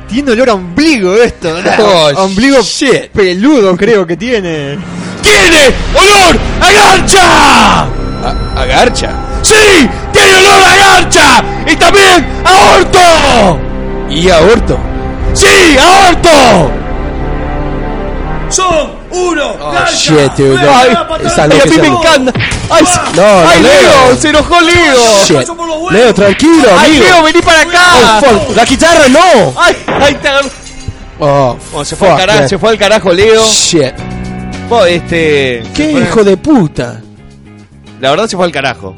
Speaker 4: Tiene olor a ombligo esto.
Speaker 3: Oh,
Speaker 4: ombligo
Speaker 3: shit.
Speaker 4: peludo creo que tiene.
Speaker 2: ¡Tiene olor a garcha!
Speaker 3: A- agarcha.
Speaker 2: ¡Sí! ¡Tiene olor a garcha! ¡Y también a orto!
Speaker 3: Y aorto.
Speaker 2: ¡Sí, a orto! ¡Son uno!
Speaker 3: Oh, shit, dude. No, está
Speaker 2: Ay,
Speaker 3: loco
Speaker 2: a mí
Speaker 3: ese-
Speaker 2: me encanta. ¡Ay, sí.
Speaker 3: No, no,
Speaker 2: Ay,
Speaker 3: Leo.
Speaker 2: Leo! ¡Se enojó Leo!
Speaker 3: Shit. Leo, tranquilo,
Speaker 2: ¡Ay,
Speaker 3: amigo.
Speaker 2: Leo, ah, vení para acá!
Speaker 3: Oh, fuck. La guitarra no.
Speaker 2: ¡Ay, ay, te agarró!
Speaker 3: Oh,
Speaker 2: Bueno, se, fue al
Speaker 3: fuck,
Speaker 2: carajo,
Speaker 3: man.
Speaker 2: se fue al carajo Leo.
Speaker 3: Shit.
Speaker 2: Vos, este.
Speaker 3: Qué
Speaker 2: bueno,
Speaker 3: hijo de puta.
Speaker 2: La verdad se fue al carajo.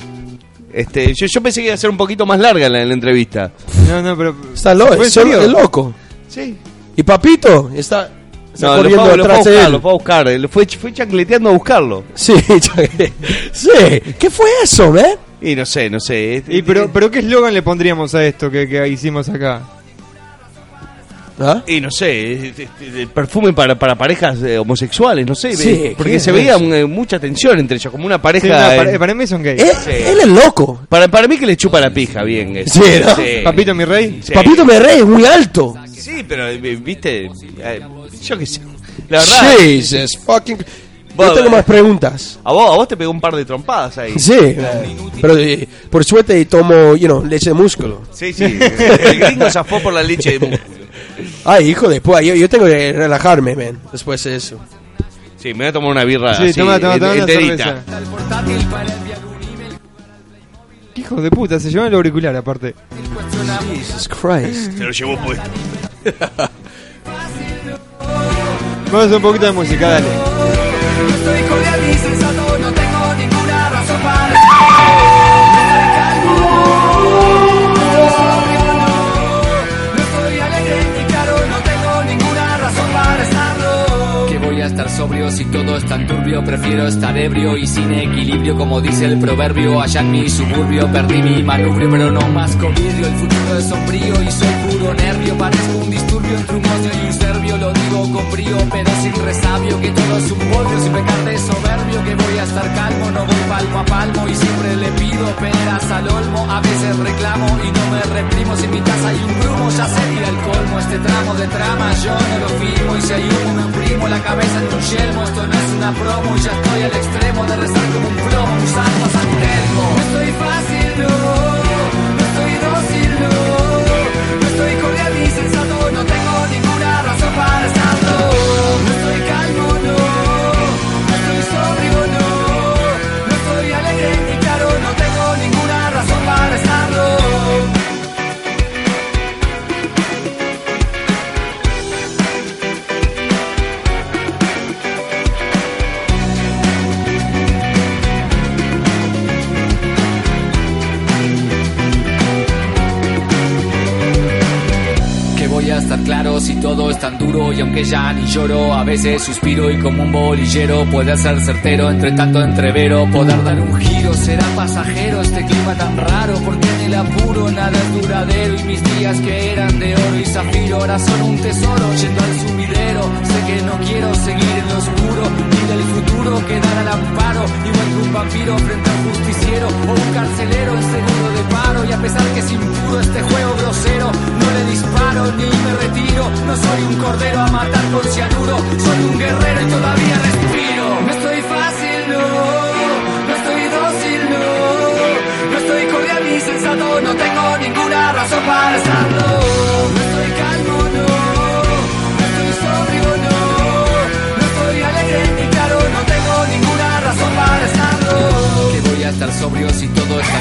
Speaker 2: Este, yo, yo pensé que iba a ser un poquito más larga la, la entrevista.
Speaker 4: No, no, pero.
Speaker 3: Está loco,
Speaker 4: ¿Fue en
Speaker 3: es, solo-
Speaker 4: serio?
Speaker 3: es loco.
Speaker 2: Sí.
Speaker 3: Y Papito está, está
Speaker 2: No, lo fue,
Speaker 3: corriendo
Speaker 2: a- lo fue a
Speaker 3: detrás de
Speaker 2: buscar,
Speaker 3: él.
Speaker 2: lo fue a buscar. Él Fue, ch- fue chancleteando a buscarlo.
Speaker 3: Sí, sí. ¿Qué fue eso, man?
Speaker 2: Y no sé, no sé. este-
Speaker 4: Y pero, pero ¿qué eslogan le pondríamos a esto que, que hicimos acá?
Speaker 3: ¿Ah?
Speaker 2: Y no sé, este, este, el perfume para, para parejas eh, homosexuales, no sé.
Speaker 3: Sí,
Speaker 2: eh,
Speaker 3: ¿qué
Speaker 2: porque se
Speaker 3: es
Speaker 2: veía
Speaker 3: eso?
Speaker 2: un, eh, mucha tensión entre ellos, como una pareja.
Speaker 4: Sí, nada,
Speaker 2: eh,
Speaker 4: para, para mí son gays.
Speaker 3: Él, él es loco.
Speaker 2: para, para mí que le chupa la pija bien. eh.
Speaker 3: Sí, ¿no?
Speaker 4: Papito, mi rey.
Speaker 2: Sí.
Speaker 3: Papito me es muy alto.
Speaker 2: Sí, pero eh, viste, eh, yo qué sé. La verdad,
Speaker 3: Jesus fucking.
Speaker 2: Bueno, eh.
Speaker 3: Yo tengo más preguntas.
Speaker 2: a vos, a vos te pegó un par de trompadas ahí.
Speaker 3: Sí, pero eh, por suerte tomo, you know, leche de músculo.
Speaker 2: Sí, sí. El gringo zafó por la leche de músculo.
Speaker 3: Ay, hijo de puta, yo, yo tengo que relajarme, man, después de eso.
Speaker 2: Sí, me voy a tomar una birra
Speaker 4: Sí,
Speaker 2: así,
Speaker 4: toma, toma, toma una
Speaker 2: enterita.
Speaker 4: cerveza. Qué Hijo de puta, se llevó el auricular aparte.
Speaker 3: Jesus Christ.
Speaker 5: Se lo llevó
Speaker 2: pues.
Speaker 5: puesto.
Speaker 4: Vamos a hacer un poquito de música, dale.
Speaker 7: Soy cordial y sensato, no tengo ninguna razón para. No estoy alegre ni claro, no tengo ninguna razón para estarlo.
Speaker 8: Que voy a estar sobrio si todo es tan turbio. Prefiero estar ebrio y sin equilibrio, como dice el proverbio. Allá en mi suburbio perdí mi manubrio, pero no más colirio. El futuro es sombrío y soy puro nervio. Parezco un disturbio entre un odio y un serbio. Lo digo con brío, pero sin resabio. Que todo es un polvo, sin pecar de soberbio. Que voy a estar calmo, no voy palmo a palmo. Y siempre le pido peras al olmo. A veces reclamo y no me reprimo. Si en mi casa hay un brumo, ya sería el colmo. Este tramo de trama yo no lo firmo. Y si hay humo, me imprimo la cabeza en un yelmo. Esto no es una promo. Y ya estoy al extremo de rezar como un plomo. Un santo a San Telmo.
Speaker 7: No estoy fácil, no, no estoy dócil, no, no estoy cordial ni sensato, no tengo ninguna razón para estarlo. No estoy calmo, no, no estoy sobrio, no, no estoy alegre ni claro, no tengo ninguna razón para estarlo.
Speaker 8: Que voy a estar claro si todo es tan duro y aunque ya ni lloro, a veces suspiro y como un bolillero puede ser certero, entre tanto entrevero, poder dar un giro, será pasajero este clima tan raro, porque en el apuro nada es duradero y mis días que eran de oro y zafiro ahora son un tesoro yendo al sumidero, sé que no quiero seguir en lo oscuro ni del futuro quedar al amparo, igual que un vampiro frente a un justiciero o un carcelero en seguro de paro y a pesar que es impuro este juego grosero, no le disparo ni me retiro. No soy un cordero a matar con cianuro, soy un guerrero y todavía respiro.
Speaker 7: No estoy fácil, no, no estoy dócil, no, no estoy cordial ni sensato, no tengo ninguna razón para estarlo. No estoy calmo, no, no estoy sobrio, no, no estoy alegre ni claro, no tengo ninguna razón para estarlo.
Speaker 8: Que voy a estar sobrio si todo está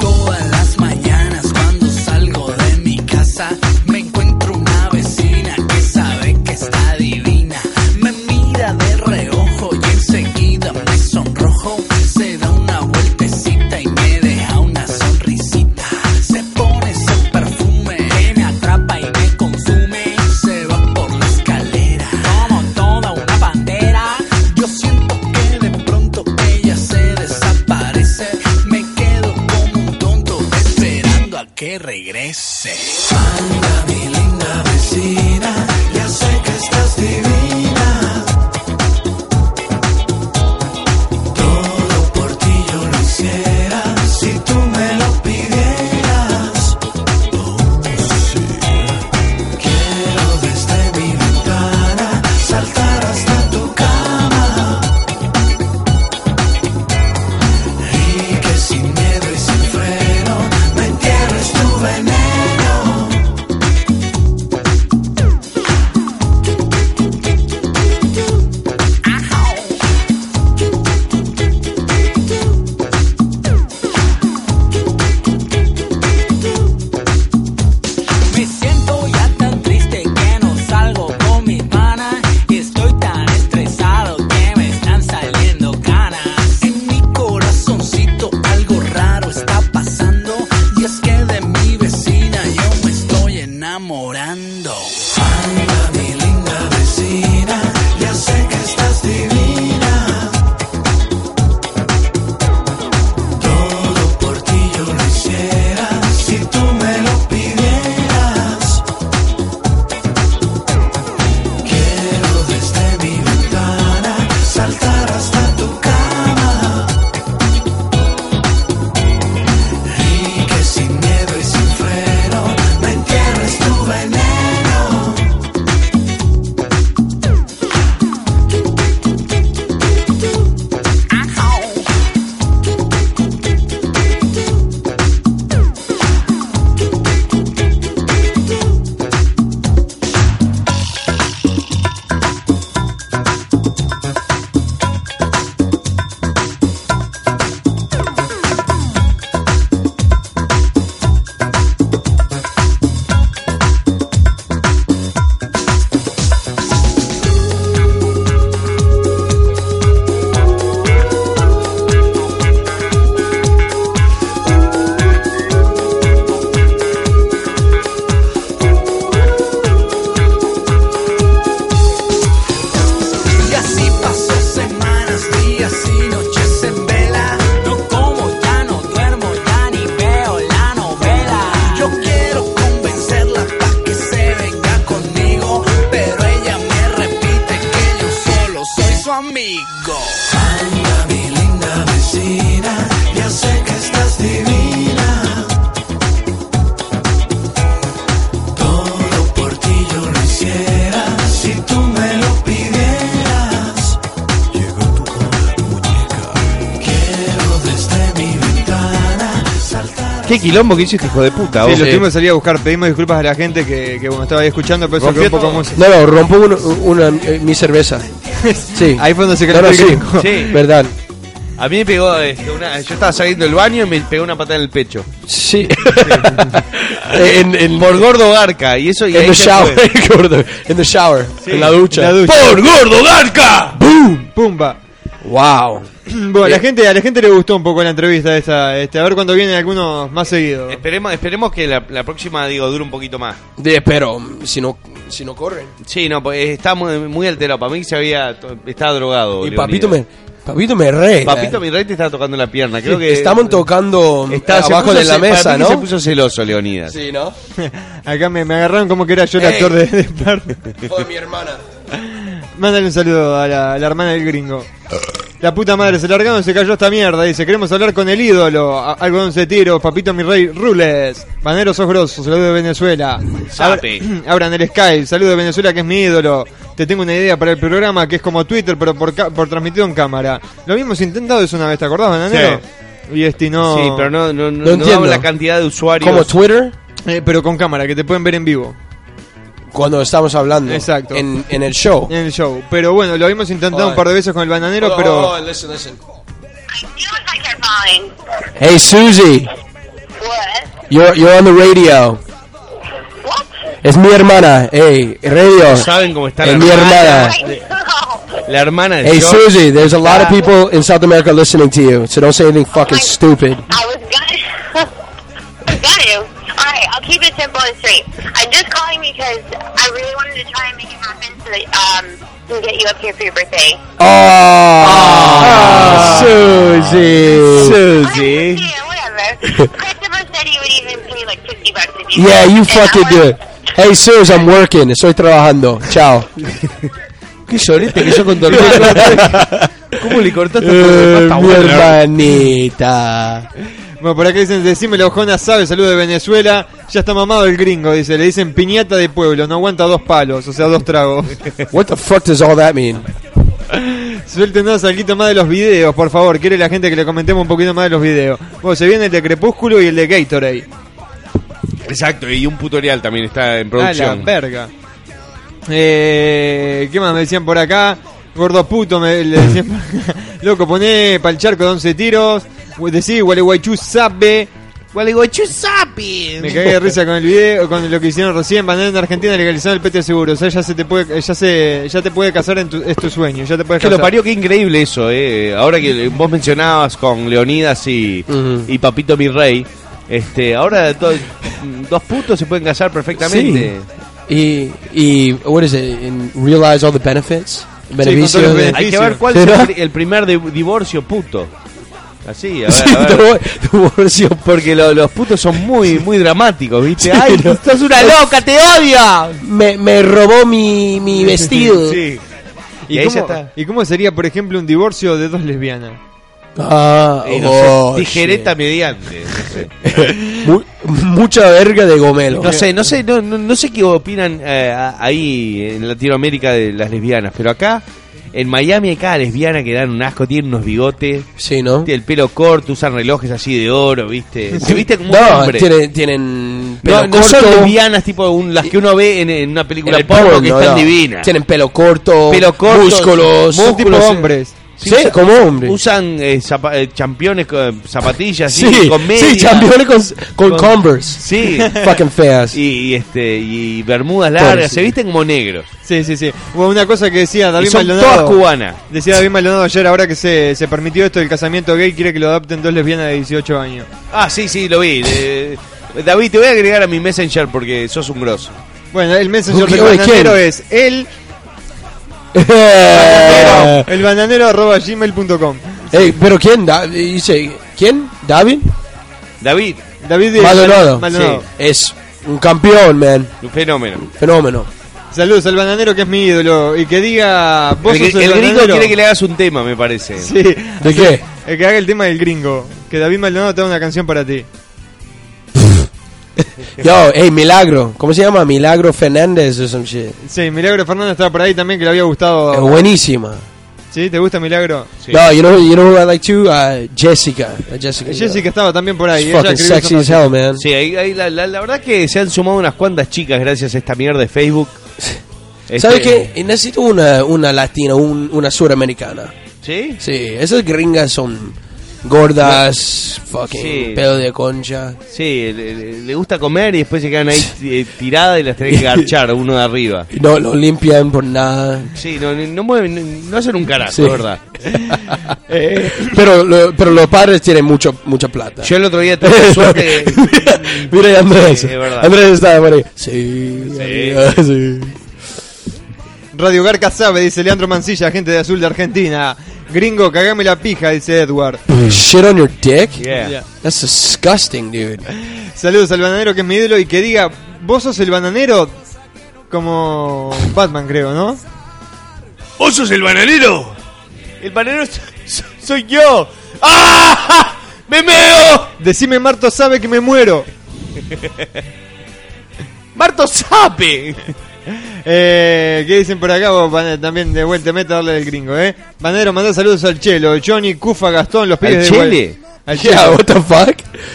Speaker 7: Todas las mañanas cuando salgo de mi casa me encuentro una vecina que sabe que está divina. Me mira de reojo y enseguida me sonrojo. Se da una vueltecita y me deja una sonrisita. Se pone ese perfume que me atrapa y me consume. Se va por la escalera como toda una bandera. Yo siento que de pronto ella se desaparece. Me quedo como un tonto esperando a que regrese. Anda, mi linda vecina, ya sé que estás divina. Todo por ti yo lo hiciera si tú me lo pidieras. Quiero desde mi ventana saltar hasta tu casa.
Speaker 2: Qué quilombo que hizo este hijo de puta,
Speaker 4: Sí,
Speaker 2: vos.
Speaker 4: lo tuvimos que salir a buscar. Pedimos disculpas a la gente que, que bueno, estaba ahí escuchando, pero eso quedó un poco música.
Speaker 3: No, no, rompo una, una- eh, mi cerveza. Sí.
Speaker 4: Ahí fue donde se
Speaker 3: No,
Speaker 4: creó
Speaker 3: no,
Speaker 4: el
Speaker 3: sí.
Speaker 4: gringo.
Speaker 2: Sí.
Speaker 3: ¿Verdad?
Speaker 2: A mí me pegó este, una. Yo estaba saliendo del baño y me pegó una patada en el pecho.
Speaker 3: Sí. en, en,
Speaker 2: Por gordo garca. Y eso. Y
Speaker 3: en
Speaker 2: ahí
Speaker 3: the
Speaker 2: ya
Speaker 3: shower.
Speaker 2: fue.
Speaker 3: gordo. En the shower. en la ducha.
Speaker 4: en la ducha.
Speaker 3: ¡Por gordo, garca! ¡Boom!
Speaker 4: Pumba.
Speaker 3: ¡Wow!
Speaker 4: Bueno, la gente, a la gente le gustó un poco la entrevista esta. Este, a ver cuándo vienen algunos más seguidos.
Speaker 2: Esperemos, esperemos que la, la próxima, digo, dure un poquito más.
Speaker 3: De, pero mm, si no, si no corren.
Speaker 2: Sí, no, pues, está muy, muy alterado. Para mí que se había. to- Estaba drogado.
Speaker 3: Y
Speaker 2: Leonidas.
Speaker 3: papito me, papito me re.
Speaker 2: Oh,
Speaker 3: eh.
Speaker 2: Papito, mi rey te estaba tocando la pierna. Creo que.
Speaker 3: Estamos tocando
Speaker 2: Está, se
Speaker 3: abajo
Speaker 2: puso
Speaker 3: de la
Speaker 2: ce- para
Speaker 3: mesa,
Speaker 2: mí que
Speaker 3: ¿no?
Speaker 2: Se puso celoso, Leonidas.
Speaker 3: Sí, ¿no?
Speaker 4: Acá me, me agarraron como que era yo el
Speaker 3: Ey.
Speaker 4: actor de, de Pardo.
Speaker 3: Fue mi hermana.
Speaker 4: Mándale un saludo a la, a la hermana del gringo. La puta madre, se largaron, se cayó esta mierda. Dice, queremos hablar con el ídolo. A- Algodón se tiro, papito mi rey, rules. Banero sos grosso, saludo de Venezuela. Abra-
Speaker 2: Sape.
Speaker 4: abran el Skype, saludo de Venezuela que es mi ídolo. Te tengo una idea para el programa que es como Twitter, pero por, ca- por transmitido en cámara. Lo habíamos intentado eso una vez, ¿te acordás, Bananero? Y este no...
Speaker 2: Sí, pero no, no, no,
Speaker 3: No
Speaker 2: no
Speaker 3: entiendo.
Speaker 2: daba la cantidad de usuarios.
Speaker 3: Como Twitter,
Speaker 4: Eh, pero con cámara, que te pueden ver en vivo.
Speaker 3: cuando estamos hablando.
Speaker 4: Exacto.
Speaker 3: En, en el show.
Speaker 2: Eh.
Speaker 4: En el show. Pero bueno, lo habíamos intentado
Speaker 3: Ay.
Speaker 4: un par de veces con el bananero,
Speaker 8: oh.
Speaker 4: pero...
Speaker 3: listen, listen.
Speaker 9: Feels like they're falling.
Speaker 3: Hey, Susie.
Speaker 9: What?
Speaker 3: You're, you're on the radio.
Speaker 9: What?
Speaker 3: Es mi hermana. Hey, radio.
Speaker 2: ¿Saben cómo está la
Speaker 3: Es mi hermana.
Speaker 9: Oh,
Speaker 2: La hermana de
Speaker 3: Hey,
Speaker 2: George.
Speaker 3: Susie, there's a lot of people in South America listening to you, so don't say anything fucking stupid.
Speaker 9: I was gonna. I was gonna. All right, I'll keep it simple and straight. I'm just calling because I really wanted to try and make it happen so that um can get you up here for your birthday.
Speaker 3: Oh, Ah, Susie.
Speaker 9: I'm just kidding, whatever. Christopher said he would even pay like fifty bucks if you.
Speaker 3: Yeah, you
Speaker 9: And
Speaker 3: fucking
Speaker 9: I
Speaker 3: do it.
Speaker 9: was-
Speaker 3: Hey, Susie, I'm working. Estoy trabajando. Chao.
Speaker 2: Qué llorete que yo con Dormir. ¿Cómo le cortaste
Speaker 3: Eh,
Speaker 2: la
Speaker 3: mi
Speaker 2: pata?
Speaker 3: hermanita.
Speaker 4: Bueno, por acá dicen, decímelo, Jonas sabe, saludo de Venezuela. Ya está mamado el gringo, dice. Le dicen piñata de pueblo, no aguanta dos palos, o sea, dos tragos.
Speaker 3: What the fuck does all that mean?
Speaker 4: Suéltenos algo más de los videos, por favor. Quiere la gente que le comentemos un poquito más de los videos. Bueno, se viene el de Crepúsculo y el de Gatorade.
Speaker 2: Exacto, y un tutorial también está en
Speaker 4: A la
Speaker 2: producción.
Speaker 4: verga. Eh, ¿Qué más me decían por acá? Gordo puto, me le decían por acá. Loco, poné pa'l charco de 11 tiros. Decí, Gualeguaychú sabe.
Speaker 6: Gualeguaychú sabe.
Speaker 4: Me cagué de risa con el video, con lo que hicieron recién, banana en Argentina legalizaron el PT de seguro. O sea, ya se te puede, ya se, ya te puede casar en tu, es tu sueño, ya te puedes
Speaker 2: Que
Speaker 4: casar.
Speaker 2: lo parió, qué increíble eso, eh. Ahora que vos mencionabas con Leonidas y,
Speaker 3: Ujú.
Speaker 2: y Papito Mi Rey, este, ahora do- dos putos se pueden casar perfectamente.
Speaker 3: Y, y, what is it? In realize all the benefits? Beneficios
Speaker 4: todos los
Speaker 3: de-
Speaker 2: Hay que ver cuál
Speaker 3: Sí,
Speaker 2: es
Speaker 3: ¿no?
Speaker 2: el, pri- el primer de- divorcio puto. Así, a ver, a ver.
Speaker 3: Divorcio.
Speaker 2: Porque lo- los putos son muy, muy dramáticos, ¿viste? ¡Ay,
Speaker 3: no.
Speaker 2: sos una loca, te odio!
Speaker 3: Me, me robó mi, mi vestido.
Speaker 2: Sí.
Speaker 4: ¿Y,
Speaker 2: Y ahí
Speaker 4: cómo,
Speaker 2: ya está.
Speaker 4: ¿Y cómo sería, por ejemplo, un divorcio de dos lesbianas?
Speaker 3: Ah,
Speaker 2: Eh, no
Speaker 3: oh,
Speaker 2: sé, tijereta mediante. No sé.
Speaker 3: shit. Mu- mucha verga de gomelo.
Speaker 2: No sé, no sé, no, no- no sé qué opinan eh, a- ahí en Latinoamérica de las lesbianas, pero acá en Miami hay cada lesbiana que dan un asco, tienen unos bigotes,
Speaker 3: Sí, ¿no?
Speaker 2: tiene el pelo corto, usan relojes así de oro, ¿viste? Se viste como un
Speaker 3: No,
Speaker 2: hombre.
Speaker 3: tiene- tienen
Speaker 2: no,
Speaker 3: pelo
Speaker 2: no
Speaker 3: corto.
Speaker 2: son lesbianas tipo un- las que uno ve en, en una
Speaker 3: en
Speaker 2: película
Speaker 3: el
Speaker 2: porno que
Speaker 3: porno,
Speaker 2: están
Speaker 3: no.
Speaker 2: divinas.
Speaker 3: Tienen pelo corto,
Speaker 2: Pelo corto,
Speaker 3: músculos.
Speaker 4: Son tipo
Speaker 3: músculos,
Speaker 4: hombres.
Speaker 3: Sí, sí, como hombre.
Speaker 2: Usan eh, zapa- eh, championes con zapatillas,
Speaker 3: sí, sí,
Speaker 2: con medias.
Speaker 3: championes con, con,
Speaker 2: Con-
Speaker 3: Converse.
Speaker 2: Sí.
Speaker 3: Fucking feas.
Speaker 2: y, y, este, y bermudas largas,
Speaker 3: Pobrecito.
Speaker 2: se visten como negros.
Speaker 4: Sí, sí, sí. Hubo una cosa que decía
Speaker 2: Y
Speaker 4: David
Speaker 2: son todas
Speaker 4: Maldonado.
Speaker 2: cubanas.
Speaker 4: Decía David Maldonado ayer, ahora que se, se permitió esto del casamiento gay, quiere que lo adopten dos lesbianas de 18 años.
Speaker 2: Ah, sí, sí, lo vi. Eh, David, te voy a agregar a mi Messenger porque sos un grosso.
Speaker 4: Bueno, el messenger
Speaker 3: Uy,
Speaker 4: del
Speaker 3: uy,
Speaker 4: bananero
Speaker 3: ¿quién?
Speaker 4: es el,
Speaker 3: Eh,
Speaker 4: el bananero arroba gmail.com.
Speaker 3: Ey, pero ¿quién? Da- dice, ¿Quién? ¿David?
Speaker 2: David,
Speaker 4: David
Speaker 3: Maldonado.
Speaker 4: Maldonado.
Speaker 3: Sí. Es un campeón, man.
Speaker 2: un fenómeno.
Speaker 3: Fenómeno.
Speaker 4: Saludos al bananero que es mi ídolo y que diga vos
Speaker 2: El, gr-
Speaker 4: sos el,
Speaker 2: el gringo
Speaker 4: bananero.
Speaker 2: quiere que le hagas un tema, me parece.
Speaker 4: Sí.
Speaker 3: ¿De qué?
Speaker 4: El que haga el tema del gringo. Que David Maldonado te da una canción para ti.
Speaker 3: Yo, hey, Milagro. ¿Cómo se llama? Milagro Fernández o some shit.
Speaker 4: Sí, Milagro Fernández estaba por ahí también que le había
Speaker 3: Es
Speaker 4: gustado.
Speaker 3: buenísima.
Speaker 4: ¿Sí? ¿Te gusta Milagro?
Speaker 3: No, you know, you know who I like too? Uh, Jessica. Uh, Jessica.
Speaker 4: Eh, Jessica estaba también por ahí.
Speaker 3: She's
Speaker 4: ella
Speaker 3: fucking
Speaker 4: escribió
Speaker 3: sexy
Speaker 4: esa
Speaker 3: as hell, man.
Speaker 2: Sí, ahí, ahí la, la- la verdad que se han sumado unas cuantas chicas gracias a esta mierda de Facebook.
Speaker 3: ¿Sabes
Speaker 2: Este,
Speaker 3: qué? Y Necesito una, una latina, un- una suramericana.
Speaker 2: ¿Sí?
Speaker 3: Sí, esas gringas son gordas, fucking
Speaker 2: Sí.
Speaker 3: pedo de concha.
Speaker 2: Sí, le- le, le gusta comer y después se quedan ahí eh, tiradas y las tenés que garchar uno de arriba.
Speaker 3: Y No lo limpian por nada.
Speaker 2: Sí, no, no- no mueven, no- no hacen un carajo,
Speaker 3: Sí.
Speaker 2: es verdad. Eh,
Speaker 3: pero, lo- pero los padres tienen mucho, mucha plata.
Speaker 2: Yo el otro día tuve suerte.
Speaker 3: mira, mira ahí Andrés.
Speaker 2: Sí, es verdad.
Speaker 3: Andrés está por ahí. Sí, amiga, sí.
Speaker 4: Radio Garca sabe, dice Leandro Mancilla, gente de azul de Argentina. Gringo, cagame la pija, dice Edward.
Speaker 3: Shit on your dick?
Speaker 2: Yeah.
Speaker 4: Yeah.
Speaker 3: That's disgusting, dude.
Speaker 4: Saludos al bananero que es mi ídolo y que diga, vos sos el bananero como Batman, creo, ¿no?
Speaker 5: ¿Vos sos el bananero?
Speaker 2: El panero soy yo. ¡Ah! ¡Me meo!
Speaker 4: Decime, Marto sabe que me muero.
Speaker 2: ¡Marto Sape!
Speaker 4: Eh, ¿Qué dicen por acá? Vos, Ban- también de vuelta, meta darle al gringo, ¿eh? Bananero, manda saludos al Chelo, Johnny, Cufa, Gastón, los pibes
Speaker 2: ¿Al
Speaker 4: de
Speaker 2: Chele?
Speaker 4: Guay- Al
Speaker 3: Yeah,
Speaker 4: Chelo.
Speaker 3: what the fuck?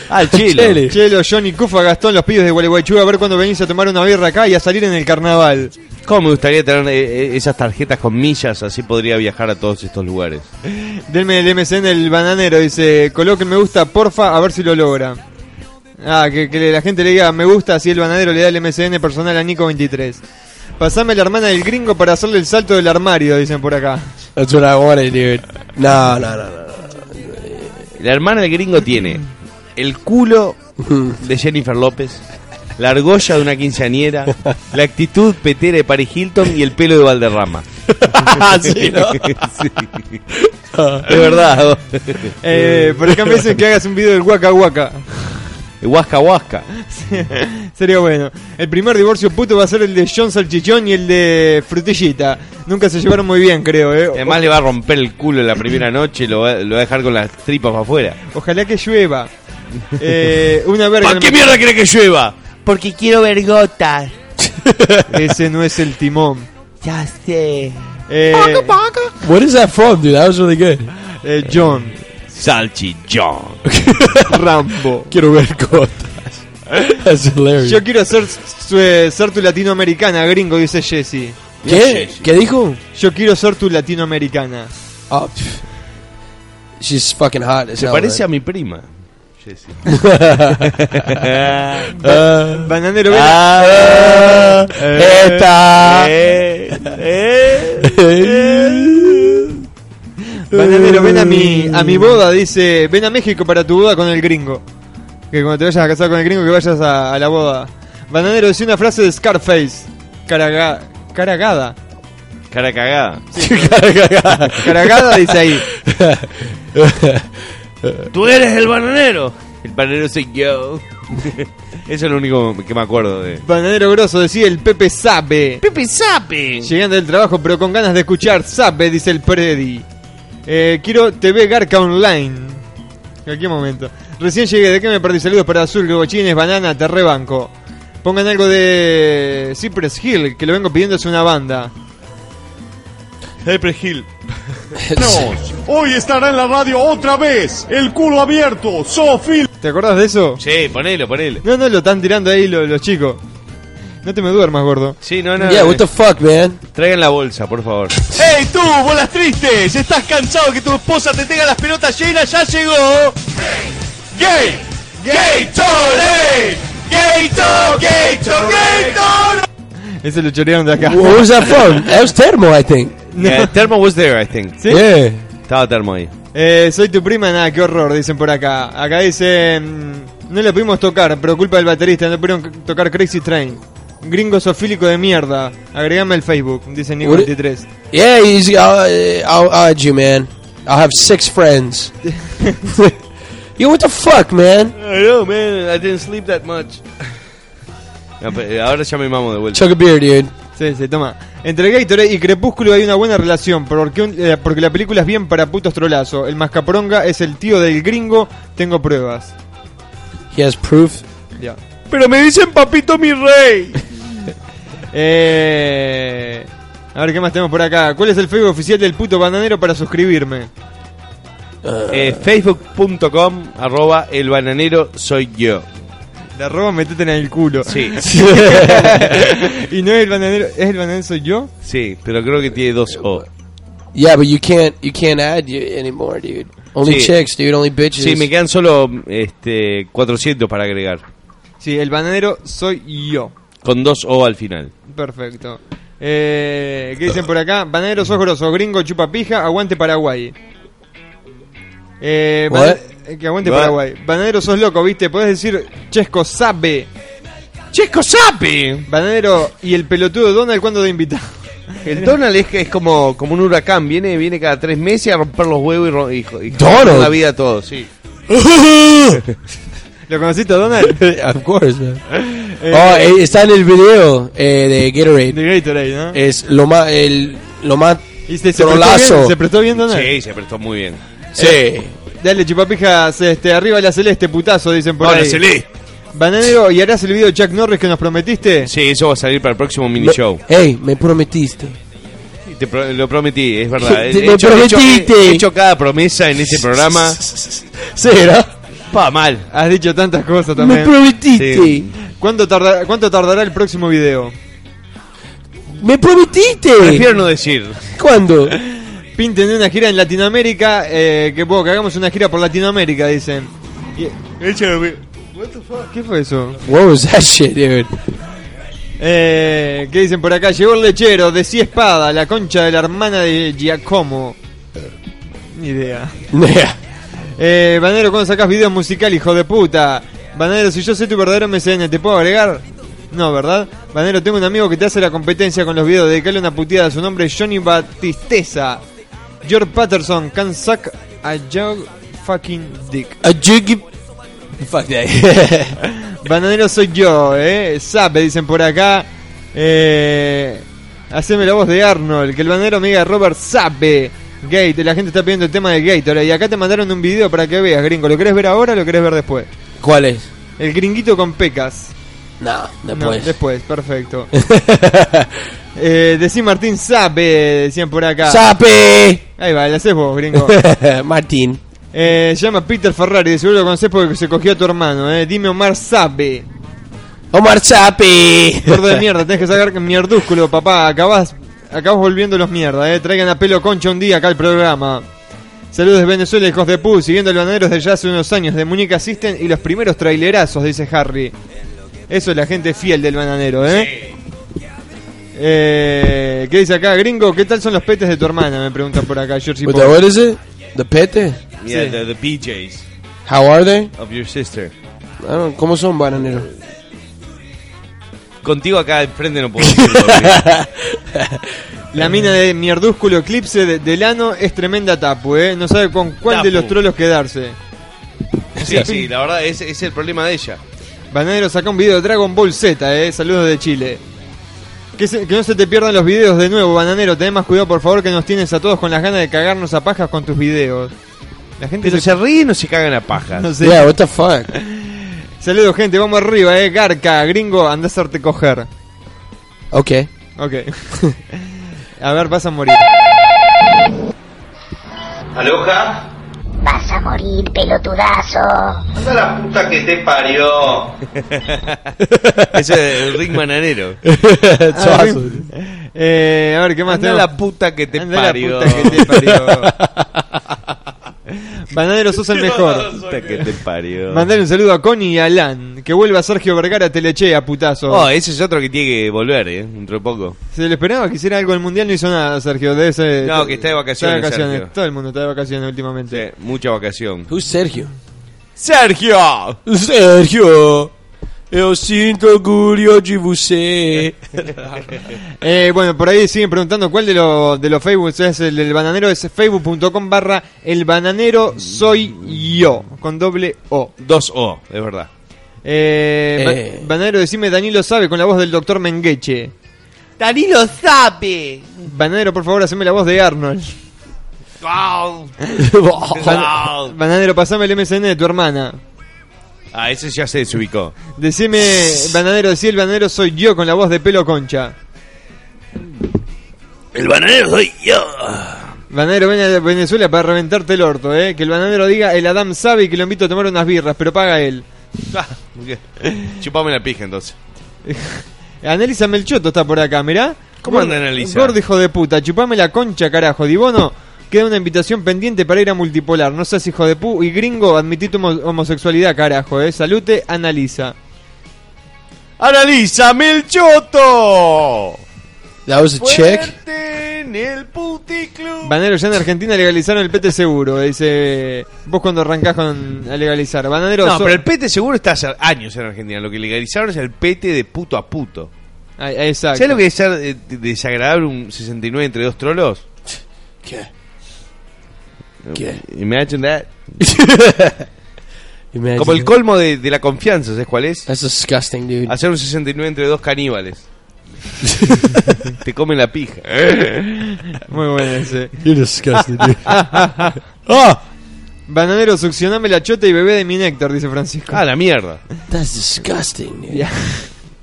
Speaker 3: Ah,
Speaker 2: Al chile.
Speaker 3: Chile.
Speaker 4: Chelo, Johnny, Cufa, Gastón, los pibes de Gualeguaychú, a ver cuando venís a tomar una birra acá y a salir en el carnaval.
Speaker 2: ¿Cómo me gustaría tener eh, eh, esas tarjetas con millas? Así podría viajar a todos estos lugares.
Speaker 4: Denme el MCN el bananero, dice, coloquen me gusta, porfa, a ver si lo logra. Ah, que, que la gente le diga me gusta, así el bananero le da el MCN personal a Nico23. Pasame la hermana del gringo para hacerle el salto del armario, dicen por acá.
Speaker 3: That's what I wanted, dude. No, no, no, no.
Speaker 2: La hermana del gringo tiene el culo
Speaker 3: Hmm.
Speaker 2: de Jennifer López, la argolla de una quinceañera, la actitud petera de Paris Hilton y el pelo de Valderrama.
Speaker 3: Ah, Sí, ¿no?
Speaker 2: Sí. De verdad.
Speaker 4: Eh, por acá me dicen que hagas un video del Waka Waka.
Speaker 2: Huasca, huasca.
Speaker 4: Sería bueno. El primer divorcio puto va a ser el de John Salchichón y el de Frutillita. Nunca se llevaron muy bien, creo, eh.
Speaker 2: Además le va a romper el culo la primera noche, lo va, lo va a dejar con las tripas para afuera.
Speaker 4: Ojalá que llueva. Eh, una verga.
Speaker 5: ¿Para qué mierda crees que llueva?
Speaker 6: Porque quiero ver gotas.
Speaker 4: Ese no es el timón.
Speaker 6: Ya sé.
Speaker 4: Eh,
Speaker 3: What is that from, dude? That was really good.
Speaker 4: eh, John.
Speaker 2: Salchichón.
Speaker 4: Rambo.
Speaker 3: Quiero ver gotas. That's hilarious.
Speaker 4: Yo quiero ser, su- eh, ser tu latinoamericana, gringo, dice Jesse.
Speaker 3: ¿Qué? ¿Qué dijo?
Speaker 4: Yo quiero ser tu latinoamericana.
Speaker 3: Oh, pff. she's fucking hot. as
Speaker 2: Se
Speaker 3: hell,
Speaker 2: parece a
Speaker 3: man.
Speaker 2: mi prima. Jessy.
Speaker 3: Ah, eh.
Speaker 4: Bananero, ven.
Speaker 3: ah, esta.
Speaker 2: Eh,
Speaker 3: Eh?
Speaker 4: Bananero, ven a mi, a mi boda, dice, ven a México para tu boda con el gringo. Que cuando te vayas a casar con el gringo, que vayas a, a la boda. Bananero, dice una frase de Scarface. Caraga, caragada.
Speaker 2: Cara cagada.
Speaker 4: Caragada dice ahí.
Speaker 2: Tú eres el bananero. El bananero soy yo. Eso es lo único que me acuerdo de.
Speaker 4: Bananero grosso, decía el Pepe Sabe.
Speaker 6: Pepe Sape.
Speaker 4: Llegando del trabajo, pero con ganas de escuchar Sabe, dice el Predi. Eh, quiero TV Garca Online. En cualquier momento. Recién llegué, ¿de qué me perdí? Saludos para Azul, Gochines, Banana, te rebanco. Pongan algo de Cypress Hill, que lo vengo pidiendo hace una banda.
Speaker 5: Cypress Hill. No. Hoy estará en la radio otra vez. El culo abierto. Sofil.
Speaker 4: ¿Te acordás de eso?
Speaker 2: Sí, ponelo, ponelo.
Speaker 4: No, no, lo están tirando ahí lo- los, chicos. No te me duermas, gordo.
Speaker 2: Sí, no, no.
Speaker 3: Yeah, what the fuck, man?
Speaker 2: Traigan la bolsa, por favor.
Speaker 5: ¡Ey tú, bolas tristes! ¿Estás cansado que tu esposa te tenga las pelotas llenas? ¡Ya llegó! ¡Gay! ¡Gay! ¡Gatorade! ¡Gato! ¡Gato! ¡Gato!
Speaker 4: Ese lo chorearon de acá.
Speaker 3: What was that from? That was Thermo, I think.
Speaker 2: Yeah, Eh, Thermo was there, I think.
Speaker 4: ¿Sí?
Speaker 3: Yeah.
Speaker 2: Estaba Termo ahí.
Speaker 4: Eh, soy tu prima, nada, qué horror, dicen por acá. Acá dicen. No lo pudimos tocar, pero culpa del baterista, no pudieron c- tocar Crazy Train. Gringo sofílico de mierda. Agregame al Facebook, dice Nico
Speaker 3: Uri-
Speaker 4: 23.
Speaker 3: Yeah, he's, I'll, I'll add you, man. I'll have six friends. Yo, what the fuck, man?
Speaker 2: No, man, I didn't sleep that much. ahora ya me mamo de vuelta.
Speaker 3: Chug a beer, dude.
Speaker 4: Sí, sí, toma. Entre Gatorade y Crepúsculo hay una buena relación, porque, un- eh, porque la película es bien para putos trolazo. El mascaporonga es el tío del gringo, tengo pruebas.
Speaker 3: He has proof.
Speaker 4: Ya.
Speaker 5: Pero me dicen papito mi rey.
Speaker 4: Eh, A ver qué más tenemos por acá. ¿Cuál es el Facebook oficial del puto bananero para suscribirme?
Speaker 2: Eh, Facebook.com arroba el bananero soy yo.
Speaker 4: De arroba metete en el culo.
Speaker 2: Sí,
Speaker 4: y no es el bananero, es el bananero soy yo.
Speaker 2: sí, pero creo que tiene dos O.
Speaker 3: Yeah, but you can't you can't add you anymore, dude. Only
Speaker 2: Sí.
Speaker 3: chicks, dude. Only bitches.
Speaker 2: Sí, me quedan solo este, 400 para agregar.
Speaker 4: Sí, el bananero soy yo.
Speaker 2: Con dos O al final.
Speaker 4: Perfecto. Eh, ¿Qué dicen por acá? Bananero sos grosso, gringo chupa pija, aguante Paraguay. Eh,
Speaker 3: What?
Speaker 4: bana- eh, que aguante
Speaker 2: What?
Speaker 4: Paraguay. Bananero sos loco, viste. Podés decir Chesco sabe.
Speaker 2: ¡Chesco Sapi!
Speaker 4: Bananero y el pelotudo Donald cuando te invita.
Speaker 2: El Donald es, es como, como un huracán, viene, viene cada tres meses a romper los huevos y, ro- y, jo- y joder
Speaker 3: Donald.
Speaker 2: la vida a todos, sí.
Speaker 4: ¿Lo conociste, Donald?
Speaker 3: of course. man.
Speaker 4: Eh,
Speaker 3: oh, eh, está en el video eh, de Gatorade.
Speaker 4: de Gatorade, ¿no?
Speaker 2: Eh,
Speaker 3: Es lo más el lo más
Speaker 4: y se, se prestó
Speaker 3: trolazo.
Speaker 4: bien, se prestó bien, Donald.
Speaker 2: Sí, se prestó muy bien.
Speaker 3: Sí.
Speaker 4: Dale, chupapijas, este, arriba la celeste, putazo, dicen por
Speaker 2: Hola,
Speaker 4: ahí.
Speaker 2: Celí.
Speaker 4: Bananero, ¿y harás el video de Chuck Norris que nos prometiste?
Speaker 2: Sí, eso va a salir para el próximo mini
Speaker 3: Me-
Speaker 2: show.
Speaker 3: Hey, me prometiste.
Speaker 2: Te pro- lo prometí, es verdad.
Speaker 3: Te
Speaker 2: He
Speaker 3: lo
Speaker 2: hecho- he hecho-
Speaker 3: prometiste.
Speaker 2: He hecho cada promesa en ese programa.
Speaker 3: ¿Será?
Speaker 2: Pa, mal.
Speaker 4: Has dicho tantas cosas
Speaker 3: Me
Speaker 4: también.
Speaker 3: prometiste.
Speaker 2: Sí.
Speaker 4: ¿Cuánto, tarda- ¿Cuánto tardará el próximo video?
Speaker 3: Me prometiste.
Speaker 2: Prefiero no decir.
Speaker 3: ¿Cuándo?
Speaker 4: Pinten una gira en Latinoamérica, eh, que, puedo que hagamos una gira por Latinoamérica, dicen. Y- ¿Qué fue eso?
Speaker 3: What was that shit, dude?
Speaker 4: Eh, ¿Qué dicen por acá? Llegó el lechero de Cie Espada, la concha de la hermana de Giacomo. Ni idea.
Speaker 3: Yeah.
Speaker 4: Eh, Banero, ¿cuándo sacas video musical, hijo de puta? Banero, si yo sé tu verdadero MCN, ¿te puedo agregar? No, ¿verdad? Banero, tengo un amigo que te hace la competencia con los videos. Dedicale una puteada. Su nombre es Johnny Batisteza. George Patterson can suck a jog fucking dick.
Speaker 3: A jiggy. Fuck that.
Speaker 4: Bananero soy yo, ¿eh? Sabe, dicen por acá. Eh, haceme la voz de Arnold, que el bananero me diga Robert Sabe. Gate, la gente está pidiendo el tema de Gatorade. Y acá te mandaron un video para que veas, gringo. ¿Lo querés ver ahora o lo querés ver después?
Speaker 3: ¿Cuál es?
Speaker 4: El gringuito con pecas.
Speaker 3: No,
Speaker 4: No,
Speaker 3: después.
Speaker 4: después, perfecto. eh, decí Martín Sabe, decían por acá.
Speaker 3: ¡Sape!
Speaker 4: Ahí va, la haces vos, gringo.
Speaker 3: Martín.
Speaker 4: eh, llama Peter Ferrari, de seguro lo conocés porque se cogió a tu hermano, ¿eh? Dime Omar Sabe.
Speaker 3: Omar Sape.
Speaker 4: Gordo de mierda, tenés que sacar que mierdúsculo, papá. Acabás, acabás volviendo los mierda, eh. Traigan a pelo concha un día acá al programa. Saludos de Venezuela, hijos de pu, siguiendo el bananero desde ya hace unos años, de Muñeca System y los primeros trailerazos, dice Harry. Eso es la gente fiel del bananero, eh. Eh, ¿Qué dice acá, gringo? ¿Qué tal son los petes de tu hermana? Me preguntan por acá, Georgie
Speaker 3: What,
Speaker 4: Paul.
Speaker 3: the- what is it? The pete?
Speaker 2: Yeah,
Speaker 4: Sí.
Speaker 2: the, the PJs
Speaker 3: How are they?
Speaker 2: of your sister.
Speaker 3: I don't- ¿Cómo son bananero?
Speaker 2: Contigo acá enfrente no puedo decirlo. porque-
Speaker 4: La mina de mierdúsculo eclipse de, Delano es tremenda tapu, eh. No sabe con cuál de
Speaker 2: Tapu.
Speaker 4: los trolos quedarse.
Speaker 2: Sí, sí, la verdad ese ese es el problema de ella.
Speaker 4: Bananero saca un video de Dragon Ball Z, eh. Saludos de Chile. Que, se- que no se te pierdan los videos de nuevo, Bananero. Ten más cuidado, por favor, que nos tienes a todos con las ganas de cagarnos a pajas con tus videos. La gente
Speaker 2: Pero
Speaker 4: se...
Speaker 2: se ríen o se cagan a pajas.
Speaker 4: no sé.
Speaker 3: Yeah, what the fuck?
Speaker 4: Saludos, gente. Vamos arriba, eh. Garca, gringo, andá a hacerte coger.
Speaker 3: Okay.
Speaker 4: Ok. a ver, vas a morir.
Speaker 2: Aloja,
Speaker 9: Vas a morir, pelotudazo.
Speaker 2: anda la puta que te parió. Eso es el ring mananero.
Speaker 3: That's
Speaker 4: Ah,
Speaker 3: awesome.
Speaker 4: Eh, a ver, ¿qué más
Speaker 2: Anda
Speaker 4: tenemos?
Speaker 2: la puta que te
Speaker 4: Andá
Speaker 2: parió.
Speaker 4: la puta que te parió. Bananero, sos el mejor.
Speaker 2: Puta que te parió.
Speaker 4: Mandale un saludo a Connie y a Alan. Que vuelva Sergio Vergara Telechea, putazo.
Speaker 2: Oh, ese es otro que tiene que volver, eh, dentro de poco.
Speaker 4: Se le esperaba que hiciera algo el mundial, no hizo nada, Sergio. De ese,
Speaker 2: No, que está de vacaciones,
Speaker 4: Está de vacaciones.
Speaker 2: Sergio.
Speaker 4: Todo el mundo está de vacaciones últimamente.
Speaker 2: Sí, mucha vacación.
Speaker 3: Who's Sergio?
Speaker 2: Sergio.
Speaker 3: Sergio. Eu sinto orgulho de você.
Speaker 4: Eh, bueno, por ahí siguen preguntando cuál de los de los Facebook es el del bananero. Es facebook.com barra el bananero soy yo. Con doble O.
Speaker 2: Dos O, es verdad.
Speaker 4: Eh, ba-
Speaker 3: Eh.
Speaker 4: Bananero, decime, Danilo sabe con la voz del doctor Mengeche.
Speaker 6: Danilo sabe.
Speaker 4: Bananero, por favor, haceme la voz de Arnold.
Speaker 2: Ah,
Speaker 4: Bananero, pasame el MSN de tu hermana.
Speaker 2: ese ya se desubicó.
Speaker 4: Decime, bananero, si el bananero soy yo con la voz de pelo concha.
Speaker 10: El bananero soy yo.
Speaker 4: Bananero, ven a Venezuela para reventarte el orto, ¿eh? Que el bananero diga, el Adam sabe y que lo invito a tomar unas birras, pero paga él.
Speaker 2: Ah, Chupame la pija entonces.
Speaker 4: Analiza Melchoto está por acá, mirá.
Speaker 2: ¿Cómo anda
Speaker 4: Gordo-
Speaker 2: Annalisa?
Speaker 4: Gordo hijo de puta, chupame la concha, carajo. Dibono, queda una invitación pendiente para ir a multipolar. No seas hijo de pu. Y gringo, admití tu homo- homosexualidad, carajo, eh. Salute, analiza.
Speaker 2: ¡Analiza Melchoto!
Speaker 3: That was a check.
Speaker 2: Fuerte en el puticlub.
Speaker 4: Bananero, ya en Argentina legalizaron el PT seguro. Dice, vos cuando arrancás con a legalizar. Bananero,
Speaker 2: No,
Speaker 4: so-
Speaker 2: pero el pete seguro está hace años en Argentina. Lo que legalizaron es el pete de puto a puto.
Speaker 4: Ah, Exacto.
Speaker 2: ¿Sabes lo que es ser eh, desagradable un 69 entre dos trolos?
Speaker 3: ¿Qué?
Speaker 2: ¿Qué? Imagine that.
Speaker 3: Imagine
Speaker 2: ¿eh? Como el
Speaker 3: that.
Speaker 2: colmo de, de la confianza, ¿sabes cuál es?
Speaker 3: That's disgusting, dude.
Speaker 2: Hacer un 69 entre dos caníbales. Te comen la pija.
Speaker 4: Muy bueno ese.
Speaker 3: You're disgusting, dude.
Speaker 4: Bananero, succioname la chota y bebé de mi néctar, dice Francisco.
Speaker 2: Ah, la mierda.
Speaker 3: That's disgusting, dude.
Speaker 4: Ya.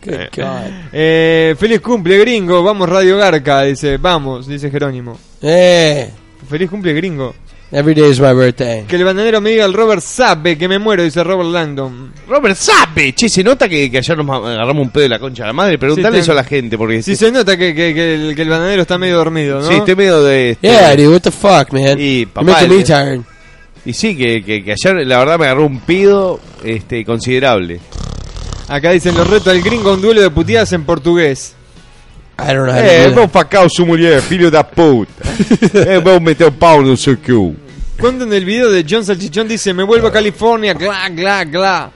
Speaker 3: Good God.
Speaker 4: Eh, feliz cumple, gringo. Vamos, Radio Garca. Dice, vamos, dice Jerónimo.
Speaker 3: Eh,
Speaker 4: Feliz cumple, gringo.
Speaker 3: every day is my birthday.
Speaker 4: Que el bananero me diga el Robert sabe que me muero, dice Robert Langdon.
Speaker 2: Robert Sape. Che, se nota que, que ayer nos ma- agarramos un pedo de la concha de la madre. Preguntale
Speaker 4: Sí,
Speaker 2: eso a
Speaker 4: está-
Speaker 2: la gente. Porque
Speaker 4: Sí, se nota que, que- que el, que el bananero está medio dormido, ¿no?
Speaker 2: Sí, estoy medio de. este,
Speaker 3: Yeah, eh. dude, what the fuck, man?
Speaker 2: Y
Speaker 3: You're
Speaker 2: papá,
Speaker 3: making
Speaker 2: el-
Speaker 3: me tired.
Speaker 2: Y sí, que, que- que ayer la verdad me agarró un pido este, considerable.
Speaker 4: Acá dicen, los reto al gringo a un duelo de puteadas en portugués.
Speaker 3: I don't know how
Speaker 2: É,
Speaker 3: to do
Speaker 2: vão
Speaker 3: that.
Speaker 2: facar o sua mulher, filho da puta. Eh, é, vão meter o pau no seu cu.
Speaker 4: Cuando en el video de John Salchichón dice, me vuelvo a California, gla, gla, gla.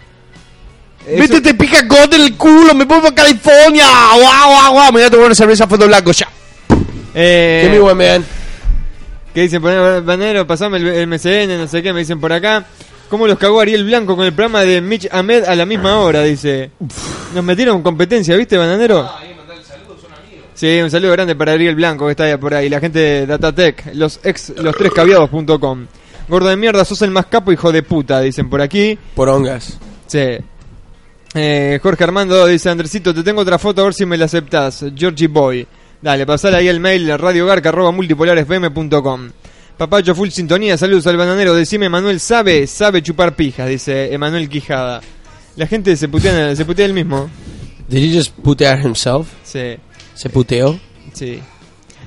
Speaker 4: Eso-
Speaker 2: Métete pica gota el culo, me vuelvo a California. Guau, guau, guau. Me voy a tomar una cerveza fondo blanco ya.
Speaker 4: Eh,
Speaker 3: Give me one, man.
Speaker 4: Que dicen, poné, banero, pasame el, el MCN, no sé qué, me dicen por acá. ¿Cómo los cagó Ariel Blanco con el programa de Mitch Ahmed a la misma hora? Dice. Nos metieron competencia, ¿viste, bananero? Sí, un saludo grande para Ariel Blanco que está allá por ahí. La gente de Datatec, los ex, los tres caviados.com. Gordo de mierda, sos el más capo, hijo de puta, dicen por aquí.
Speaker 3: Porongas.
Speaker 4: Sí. Eh, Jorge Armando dice, Andresito, te tengo otra foto a ver si me la aceptás. Georgie Boy. Dale, pasale ahí el mail radiogarca.multipolaresfm.com. Papacho Full Sintonía, saludos al bananero. Decime, Manuel sabe, sabe chupar pijas, dice Emanuel Quijada. La gente se putea, se putea el mismo.
Speaker 3: Did he just putear himself?
Speaker 4: Sí,
Speaker 3: Se puteó.
Speaker 4: sí.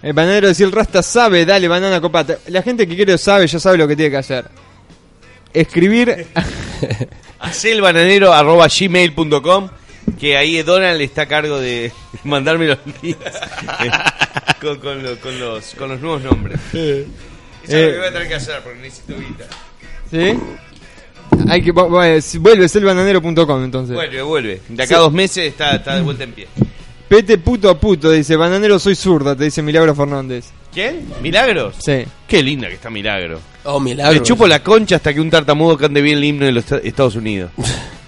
Speaker 4: El bananero decía, el rasta sabe, dale, banana copata. La gente que quiere sabe, ya sabe lo que tiene que hacer. Escribir...
Speaker 2: Hacelbananero.gmail.com Que ahí Donald está a cargo de mandarme los links eh, con, con lo- con los, con los nuevos nombres. Eso es lo que voy a tener que hacer porque necesito guita.
Speaker 4: Eh, ¿Sí? Hay que, vuelve selbananero.com entonces.
Speaker 2: Vuelve, vuelve. De acá a dos meses está, está de vuelta en pie.
Speaker 4: Pete puto a puto, dice, bananero soy zurda, te dice Milagro Fernández.
Speaker 2: ¿Quién? ¿Milagros?
Speaker 4: Sí.
Speaker 2: Qué linda que está Milagro.
Speaker 3: Oh, milagro.
Speaker 2: Le chupo la concha hasta que un tartamudo cante bien el himno de los Est- Estados Unidos.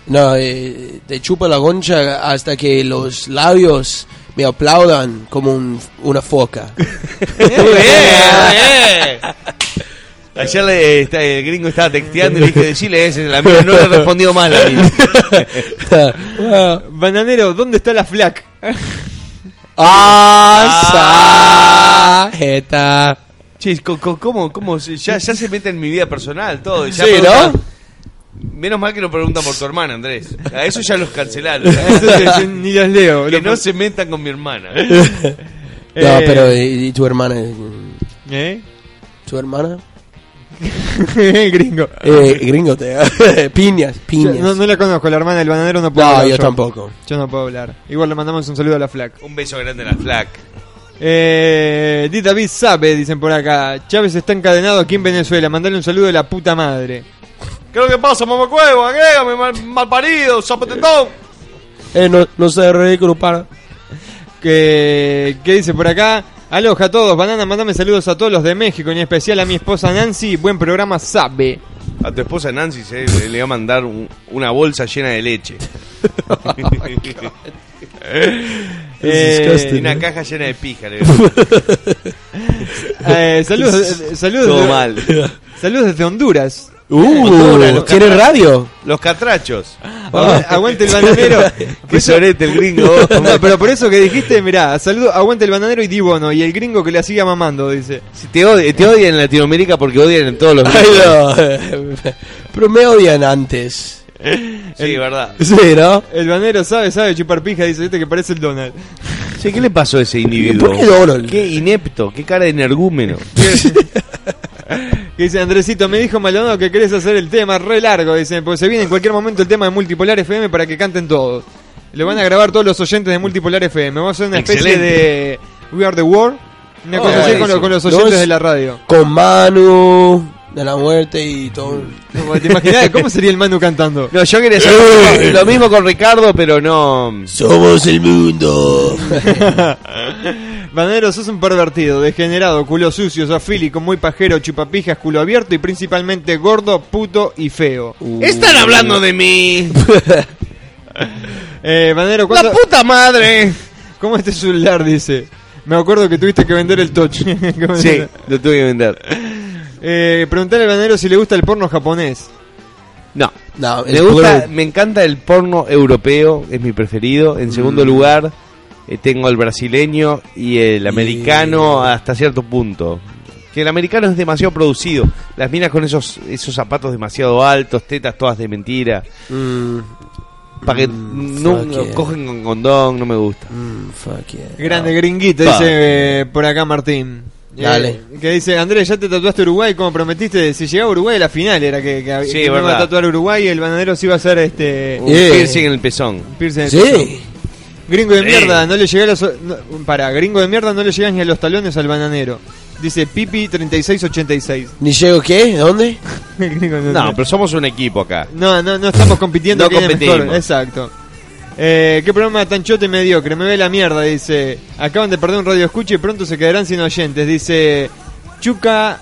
Speaker 3: No, eh, te chupa la concha hasta que los labios me aplaudan como un- una foca.
Speaker 2: ¡Eh! Ayer le- eh, está- el gringo estaba texteando y le dije, decirle ese, la mía no le respondió más la mía.
Speaker 4: Bananero, ¿dónde está la flac?
Speaker 3: ¡Ah! ¡Jeta!
Speaker 2: Che, co- co- ¿cómo, cómo se- ya, ya se mete en mi vida personal todo? ya
Speaker 3: Sí,
Speaker 2: pregunta-
Speaker 3: ¿no?
Speaker 2: Menos mal que no preguntan por tu hermana, Andrés. A eso ya los cancelaron.
Speaker 4: Eso que- ni los leo.
Speaker 2: que
Speaker 4: Lo-
Speaker 3: pues
Speaker 2: no se metan con mi hermana.
Speaker 3: No,
Speaker 4: Eh.
Speaker 3: pero ¿y, y tu hermana? Mm,
Speaker 4: ¿Eh?
Speaker 3: ¿Tu hermana?
Speaker 4: Gringo.
Speaker 3: Eh, gringo, te Piñas, piñas.
Speaker 4: Yo- No, no la conozco, la hermana del bananero no puedo
Speaker 3: No,
Speaker 4: hablar.
Speaker 3: yo tampoco.
Speaker 4: Yo no puedo hablar. Igual le mandamos un saludo a la flac.
Speaker 2: Un beso grande a la flac.
Speaker 4: Eh, Di David sabe, dicen por acá. Chávez está encadenado aquí en Venezuela. Mandale un saludo de la puta madre.
Speaker 2: ¿Qué es lo que pasa, mamá cueva? Agrégame, mal, parido, zapatetón.
Speaker 3: Eh, no, no seas ridículo, para.
Speaker 4: que, que dice por acá. Aloja a todos, banana, mandame saludos a todos los de México, en especial a mi esposa Nancy, buen programa sabe.
Speaker 2: A tu esposa Nancy se, le- le va a mandar un- una bolsa llena de leche.
Speaker 4: Eh,
Speaker 2: Y una caja llena de pija. Le digo.
Speaker 4: eh, saludos, eh, saludos,
Speaker 2: Todo
Speaker 4: de-
Speaker 2: mal.
Speaker 4: saludos desde Honduras.
Speaker 2: Motora,
Speaker 3: Uh,
Speaker 2: los
Speaker 3: ¿tiene
Speaker 2: catrachos.
Speaker 3: radio?
Speaker 2: Los catrachos.
Speaker 4: Agua- Aguante el bananero.
Speaker 2: Qué sorete el gringo.
Speaker 4: No, pero por eso que dijiste, mirá, saludo, aguante el bananero y Dibono, y el gringo que la siga mamando, dice.
Speaker 2: Si te, od- te odian en Latinoamérica porque odian en todos los
Speaker 3: Ay,
Speaker 2: gringos.
Speaker 3: no. Pero me odian antes.
Speaker 2: Sí, verdad.
Speaker 3: Sí, ¿no?
Speaker 4: El bananero sabe, sabe chupar pija, dice, este que parece el Donald.
Speaker 2: Sí, ¿qué le pasó a ese individuo?
Speaker 3: ¿Por qué Donald?
Speaker 2: Qué inepto, qué cara de energúmeno.
Speaker 4: Que dice, Andresito, me dijo Maldonado que querés hacer el tema re largo, dice, porque se viene en cualquier momento el tema de Multipolar FM para que canten todos. Lo van a grabar todos los oyentes de Multipolar FM. Vamos a hacer una especie de We Are the World. Una
Speaker 2: Oh,
Speaker 4: cosa así con, lo-
Speaker 2: buenísimo.
Speaker 4: con los oyentes
Speaker 3: Dos-
Speaker 4: de la radio.
Speaker 3: Con Manu, de la muerte y todo.
Speaker 4: ¿Te imaginas cómo sería el Manu cantando?
Speaker 2: No, yo quería hacer lo mismo con Ricardo, pero no.
Speaker 3: Somos el mundo.
Speaker 4: Bananero, sos un pervertido, degenerado, culo sucio, zofílico, muy pajero, chupapijas, culo abierto y principalmente gordo, puto y feo.
Speaker 2: Están hablando de mí.
Speaker 4: Eh, Bananero,
Speaker 2: La
Speaker 4: ¿cuándo-
Speaker 2: puta madre.
Speaker 4: ¿cómo este celular? Dice. Me acuerdo que tuviste que vender el touch. ¿Cómo
Speaker 2: Sí,
Speaker 4: dice?
Speaker 2: lo tuve que vender.
Speaker 4: Eh, preguntale al bananero si le gusta el porno japonés.
Speaker 2: No.
Speaker 3: No,
Speaker 2: Me,
Speaker 3: el
Speaker 2: gusta,
Speaker 3: porno-
Speaker 2: me encanta el porno europeo, es mi preferido. En
Speaker 3: Mm.
Speaker 2: segundo lugar, eh, tengo el brasileño y el americano hasta cierto punto. Que el americano es demasiado producido. Las minas con esos, esos zapatos demasiado altos, tetas todas de mentira.
Speaker 3: Mm,
Speaker 2: Para que
Speaker 3: Mm,
Speaker 2: no,
Speaker 3: fuck
Speaker 2: no
Speaker 3: yeah.
Speaker 2: cogen con condón, no me gusta.
Speaker 3: mm, fuck yeah.
Speaker 4: Grande gringuito,
Speaker 2: Ah. Pa.
Speaker 4: dice eh, por acá Martín. Eh,
Speaker 3: Dale.
Speaker 4: que dice, Andrés, ya te tatuaste Uruguay como prometiste. Si llegaba a Uruguay, la final era que, que,
Speaker 2: Sí,
Speaker 4: que iba
Speaker 2: verdad.
Speaker 4: a tatuar Uruguay y el bananero se iba a hacer este.
Speaker 2: Un
Speaker 3: Yeah.
Speaker 2: piercing en el pezón.
Speaker 4: piercing en el pezón.
Speaker 3: Sí.
Speaker 4: Gringo de mierda, no le llega a los. no, pará, gringo de mierda, no le llegas ni a los talones al bananero. Dice Pipi3686.
Speaker 3: ¿Ni llego qué? ¿A ¿Dónde?
Speaker 4: Gringo de
Speaker 2: No,
Speaker 4: mierda.
Speaker 2: pero somos un equipo acá.
Speaker 4: no, no, no estamos compitiendo.
Speaker 2: No
Speaker 4: quién es
Speaker 2: competimos.
Speaker 4: mejor, Exacto. Eh, Qué programa tan chote y mediocre. Me ve la mierda, dice. Acaban de perder un radio escucha y pronto se quedarán sin oyentes. Dice Chuca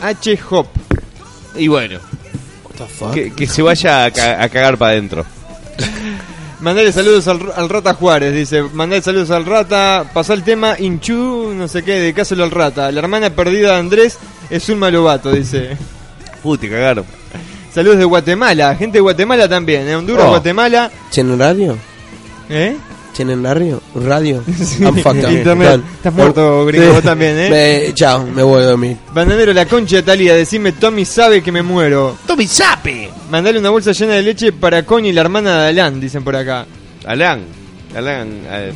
Speaker 4: H. Hop.
Speaker 2: Y bueno,
Speaker 3: What the fuck?
Speaker 2: que, que se vaya a, ca- a cagar para adentro.
Speaker 4: Mandale saludos al, al Rata Juárez, dice. Mandale saludos al Rata. Pasó el tema Inchu, no sé qué, dedicáselo al Rata. La hermana perdida de Andrés es un malobato, dice.
Speaker 2: Uy, te cagaron.
Speaker 4: Saludos de Guatemala, gente de Guatemala también, de Honduras,
Speaker 2: Oh.
Speaker 4: Guatemala.
Speaker 3: ¿Tienen radio?
Speaker 4: ¿Eh?
Speaker 3: ¿Tienen radio? ¿Radio?
Speaker 4: Sí,
Speaker 3: I'm fucked up.
Speaker 4: internet.
Speaker 3: Done.
Speaker 4: Estás muerto, gringo, vos también, ¿eh?
Speaker 3: Me- chao, me voy a dormir.
Speaker 4: Bananero, la concha de Talía, decime Tommy sabe que me muero.
Speaker 6: Tommy Sape.
Speaker 4: Mandale una bolsa llena de leche para Connie, la hermana de Alan, dicen por acá.
Speaker 2: Alán. Alán. eh,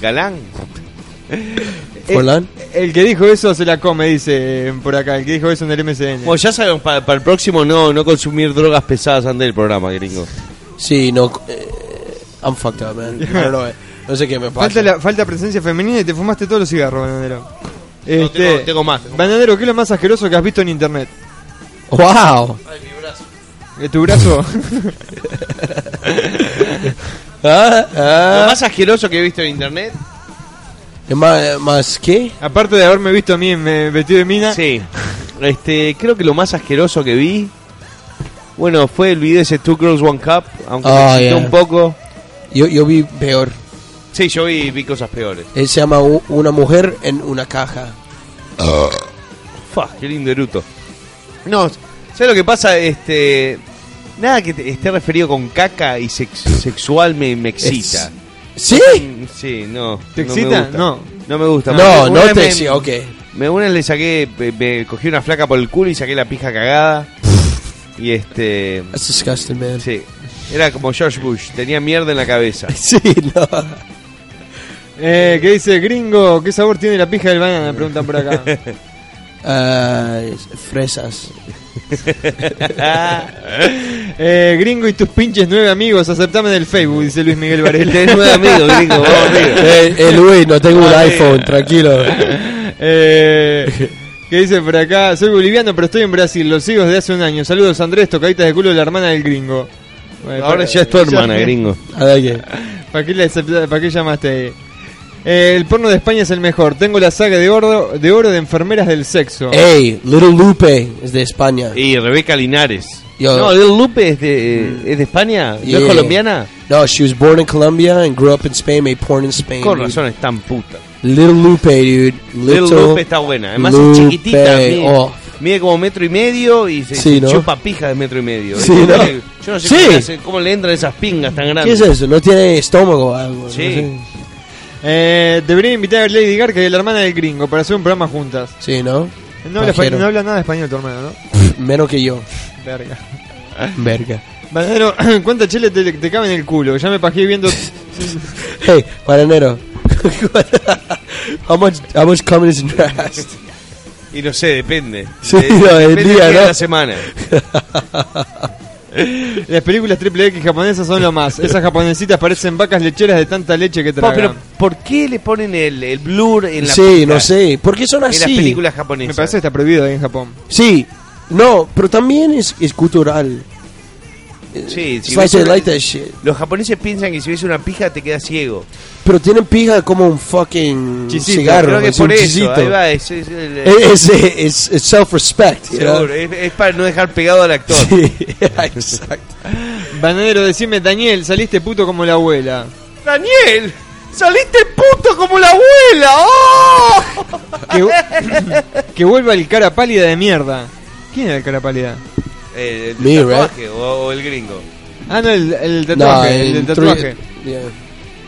Speaker 2: Galán.
Speaker 4: Eh,
Speaker 3: Hola.
Speaker 4: El que dijo eso se la come, dice eh, por acá, el que dijo eso en el MSN.
Speaker 2: Bueno, ya sabemos, para, para el próximo no, no consumir drogas pesadas antes del programa, gringo.
Speaker 3: Sí, no. eh, I'm fucked up, man. I don't know, eh. No sé qué me pasa.
Speaker 4: Falta, la, falta presencia femenina y te fumaste todos los cigarros, Bananero. Este,
Speaker 2: tengo- tengo más, tengo más.
Speaker 4: Bananero, ¿qué es lo más asqueroso que has visto en internet?
Speaker 3: ¡Wow!
Speaker 4: Eh, ¿Tu brazo?
Speaker 3: Ah,
Speaker 2: Lo
Speaker 3: ah.
Speaker 2: más asqueroso que he visto en internet.
Speaker 3: ¿Es ¿Más, eh, más qué?
Speaker 4: Aparte de haberme visto a mí en, eh, vestido de mina.
Speaker 2: Sí. Este, creo que lo más asqueroso que vi. Bueno, fue el video ese Two Girls One Cup, aunque me
Speaker 3: Ah,
Speaker 2: excitó
Speaker 3: yeah.
Speaker 2: un poco.
Speaker 3: Yo, yo vi peor.
Speaker 2: Sí, yo vi, vi cosas peores.
Speaker 3: Él se llama U- Una mujer en una caja.
Speaker 2: Fua, qué lindo eruto. No, ¿sabes lo que pasa? Este, nada que te- esté referido con caca y sex- sexual me, me excita.
Speaker 3: ¿Sí?
Speaker 2: Mm, Sí, no. no
Speaker 4: ¿Te excita?
Speaker 2: me gusta.
Speaker 4: No.
Speaker 2: No me gusta.
Speaker 3: No,
Speaker 2: Una
Speaker 3: no
Speaker 2: vez
Speaker 3: te
Speaker 2: me-
Speaker 3: sí, ok.
Speaker 2: Me una le saqué, me, me cogí una flaca por el culo y saqué la pija cagada. Y este.
Speaker 3: That's disgusting, man. Sí,
Speaker 2: Sí. Era como George Bush, tenía mierda en la cabeza.
Speaker 3: no.
Speaker 4: Eh, que dice, gringo, ¿qué sabor tiene la pija del banana? Preguntan por acá.
Speaker 3: Ah, fresas.
Speaker 4: Eh, gringo y tus pinches nueve amigos, aceptame en el Facebook, dice Luis Miguel Varela.
Speaker 2: Tenés nueve amigos, gringo, vos, amigo.
Speaker 3: Eh, eh, Luis, no tengo un iPhone, tranquilo.
Speaker 4: Eh, que dice por acá, soy boliviano pero estoy en Brasil, los sigo desde hace un año. Saludos Andrés, tocaditas de culo de la hermana del gringo. Bueno,
Speaker 2: Ahora
Speaker 4: para-
Speaker 2: ya es tu hermana, gringo.
Speaker 3: A ver qué.
Speaker 4: ¿Para qué, le acepta- para qué llamaste ahí? Eh, el porno de España es el mejor. Tengo la saga de oro de, oro de enfermeras del sexo.
Speaker 2: Eh.
Speaker 3: Hey, Little Lupe es de España.
Speaker 2: Y Rebeca Linares.
Speaker 3: Yo-
Speaker 2: No, Lil Lupe es de, es de España, no es
Speaker 3: Yeah.
Speaker 2: colombiana.
Speaker 3: No, she was born in Colombia and grew up in Spain, made porn in Spain.
Speaker 2: Con
Speaker 3: dude.
Speaker 2: razón es tan puta.
Speaker 3: Little Lupe, dude.
Speaker 2: Lil
Speaker 3: Little
Speaker 2: Lupe está buena, además es chiquitita.
Speaker 3: Lupe.
Speaker 2: mira.
Speaker 3: Oh,
Speaker 2: mide como metro y medio y se,
Speaker 3: Sí,
Speaker 2: se
Speaker 3: ¿no?
Speaker 2: chupa pija de metro y medio.
Speaker 3: Sí,
Speaker 2: Yo
Speaker 3: ¿no?
Speaker 2: no sé- Yo no sé
Speaker 3: Sí.
Speaker 2: cómo, le hacen- cómo le entran esas pingas tan
Speaker 3: ¿Qué
Speaker 2: grandes.
Speaker 3: es eso? ¿No tiene estómago o algo?
Speaker 2: Sí.
Speaker 3: No sé.
Speaker 4: Eh, debería invitar a Lady Gaga y a la hermana del gringo para hacer un programa juntas.
Speaker 3: Sí, ¿no?
Speaker 4: No habla,
Speaker 3: Pajero.
Speaker 4: espa- no habla nada de español tu hermano, ¿no?
Speaker 3: Pff, Menos que yo.
Speaker 4: Verga.
Speaker 3: Verga.
Speaker 4: Bananero, ¿cuántas chelas te, te caben en el culo? Ya me pajé viendo.
Speaker 3: Hey, bananero. how much how much cum is in your ass?
Speaker 2: Y no sé, depende.
Speaker 3: Sí,
Speaker 2: De-
Speaker 3: no, el
Speaker 2: depende del
Speaker 3: día,
Speaker 2: día de
Speaker 3: ¿no?
Speaker 2: la semana.
Speaker 4: Las películas triple X japonesas son lo más. Esas japonesitas parecen vacas lecheras de tanta leche que
Speaker 2: Po,
Speaker 4: tragan.
Speaker 2: pero ¿por qué le ponen el, el blur en la
Speaker 3: Sí,
Speaker 2: pinga?
Speaker 3: no sé. ¿Por qué son
Speaker 2: En las
Speaker 3: así?
Speaker 2: películas japonesas.
Speaker 4: me parece que está prohibido ahí en Japón.
Speaker 3: Sí. No, pero también es, es cultural.
Speaker 2: Sí,
Speaker 3: It's
Speaker 2: si
Speaker 3: like
Speaker 2: ves
Speaker 3: they
Speaker 2: una-
Speaker 3: like that shit.
Speaker 2: Los japoneses piensan que si ves una pija te quedas ciego.
Speaker 3: Pero tienen pija como un fucking
Speaker 4: Chisito,
Speaker 3: cigarro.
Speaker 2: Creo que
Speaker 3: es
Speaker 2: por
Speaker 3: un
Speaker 2: eso,
Speaker 3: chisito.
Speaker 2: ahí va, es, es el-
Speaker 3: Es, es- es- es self-respect. you know?
Speaker 2: seguro, es- es para no dejar pegado al actor.
Speaker 3: Sí, exacto.
Speaker 4: Bananero, decime, Daniel, saliste puto como la abuela.
Speaker 2: ¡Daniel! ¡Saliste puto como la abuela! ¡Oh!
Speaker 4: Que, vu- que vuelva el cara pálida de mierda. ¿Quién era el cara pálida?
Speaker 2: El,
Speaker 3: Me,
Speaker 2: el tatuaje o, o el gringo.
Speaker 4: Ah, no, el, el
Speaker 3: No,
Speaker 4: tatuaje. el, del
Speaker 3: en
Speaker 4: tatuaje.
Speaker 3: three- yeah.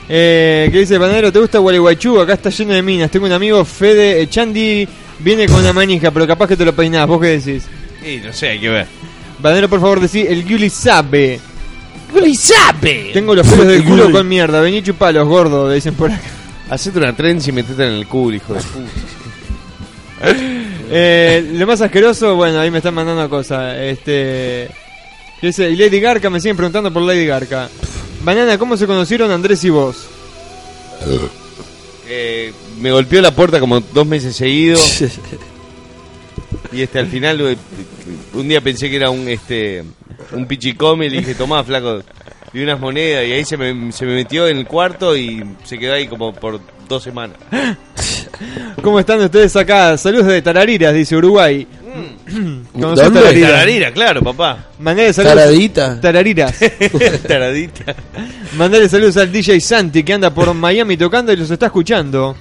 Speaker 4: Eh, que dice, Bananero, ¿te gusta Gualeguaychú? Acá está lleno de minas. Tengo un amigo, Fede eh, Chandi, viene con una manija, pero capaz que te lo peinás. ¿Vos qué decís?
Speaker 2: Y no sé, hay que ver.
Speaker 4: Bananero, por favor, decí, el Guli sabe.
Speaker 2: ¡Guli sabe!
Speaker 4: Tengo los pelos del
Speaker 3: El
Speaker 4: culo
Speaker 3: Guli.
Speaker 4: con mierda. Vení chupalos, gordo, dicen por acá.
Speaker 2: Hacete una trenza y metete en el culo, hijo de puta.
Speaker 4: Eh, lo más asqueroso, bueno, ahí me están mandando cosas. Este. que dice, y Lady Garca, me siguen preguntando por Lady Garca. Banana, ¿cómo se conocieron Andrés y vos?
Speaker 2: Eh, me golpeó la puerta como dos meses seguidos. Y este, al final, eh, un día pensé que era un este un pichicome. Le dije, tomá, flaco, y unas monedas. Y ahí se me, se me metió en el cuarto y se quedó ahí como por dos semanas.
Speaker 4: ¿Cómo están ustedes acá? Saludos de Tarariras, dice Uruguay. ¿Conocés
Speaker 3: ¿Dónde?
Speaker 4: Tarariras?
Speaker 2: Tararira, claro, papá.
Speaker 4: Mandale saludos.
Speaker 3: Taradita.
Speaker 4: Tarariras.
Speaker 2: Taradita.
Speaker 4: Mandale saludos al DJ Santi que anda por Miami tocando y los está escuchando.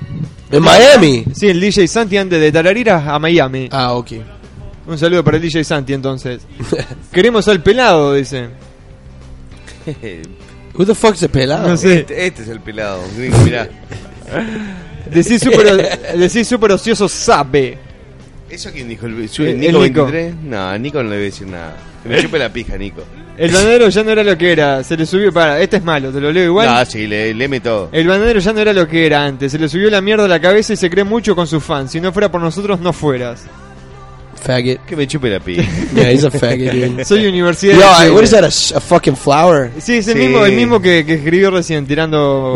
Speaker 3: En Miami.
Speaker 4: Sí, el DJ Santi anda de Tarariras a Miami.
Speaker 3: Ah, ok.
Speaker 4: Un saludo para el DJ Santi entonces. Queremos al pelado, dice.
Speaker 2: Eh,
Speaker 3: Who the fuck's the pelado?
Speaker 4: No sé.
Speaker 2: Este, este es el pelado, gringo, mirá.
Speaker 4: Decís super, decís super ocioso sabe.
Speaker 2: ¿Eso quién dijo? ¿El,
Speaker 4: El-
Speaker 2: Nico
Speaker 4: el Eh, Nico. Eh.
Speaker 2: 23? No, Nico no le voy a decir nada. Que me chupe la pija, Nico.
Speaker 4: El bananero ya no era lo que era, se le subió para, este es malo, te lo leo igual.
Speaker 2: No, sí, le, leme todo.
Speaker 4: El bananero ya no era lo que era antes, se le subió la mierda a la cabeza y se cree mucho con sus fans. Si no fuera por nosotros, no fueras.
Speaker 3: Faggot.
Speaker 2: Que me chupe la pija.
Speaker 3: Yeah, he's a faggot, dude.
Speaker 4: Soy universidad.
Speaker 3: Yo,
Speaker 4: de
Speaker 3: I-
Speaker 4: Chile.
Speaker 3: what is that? A, s- a fucking flower?
Speaker 4: Sí, es el
Speaker 2: Sí.
Speaker 4: mismo, el mismo que, que escribió recién tirando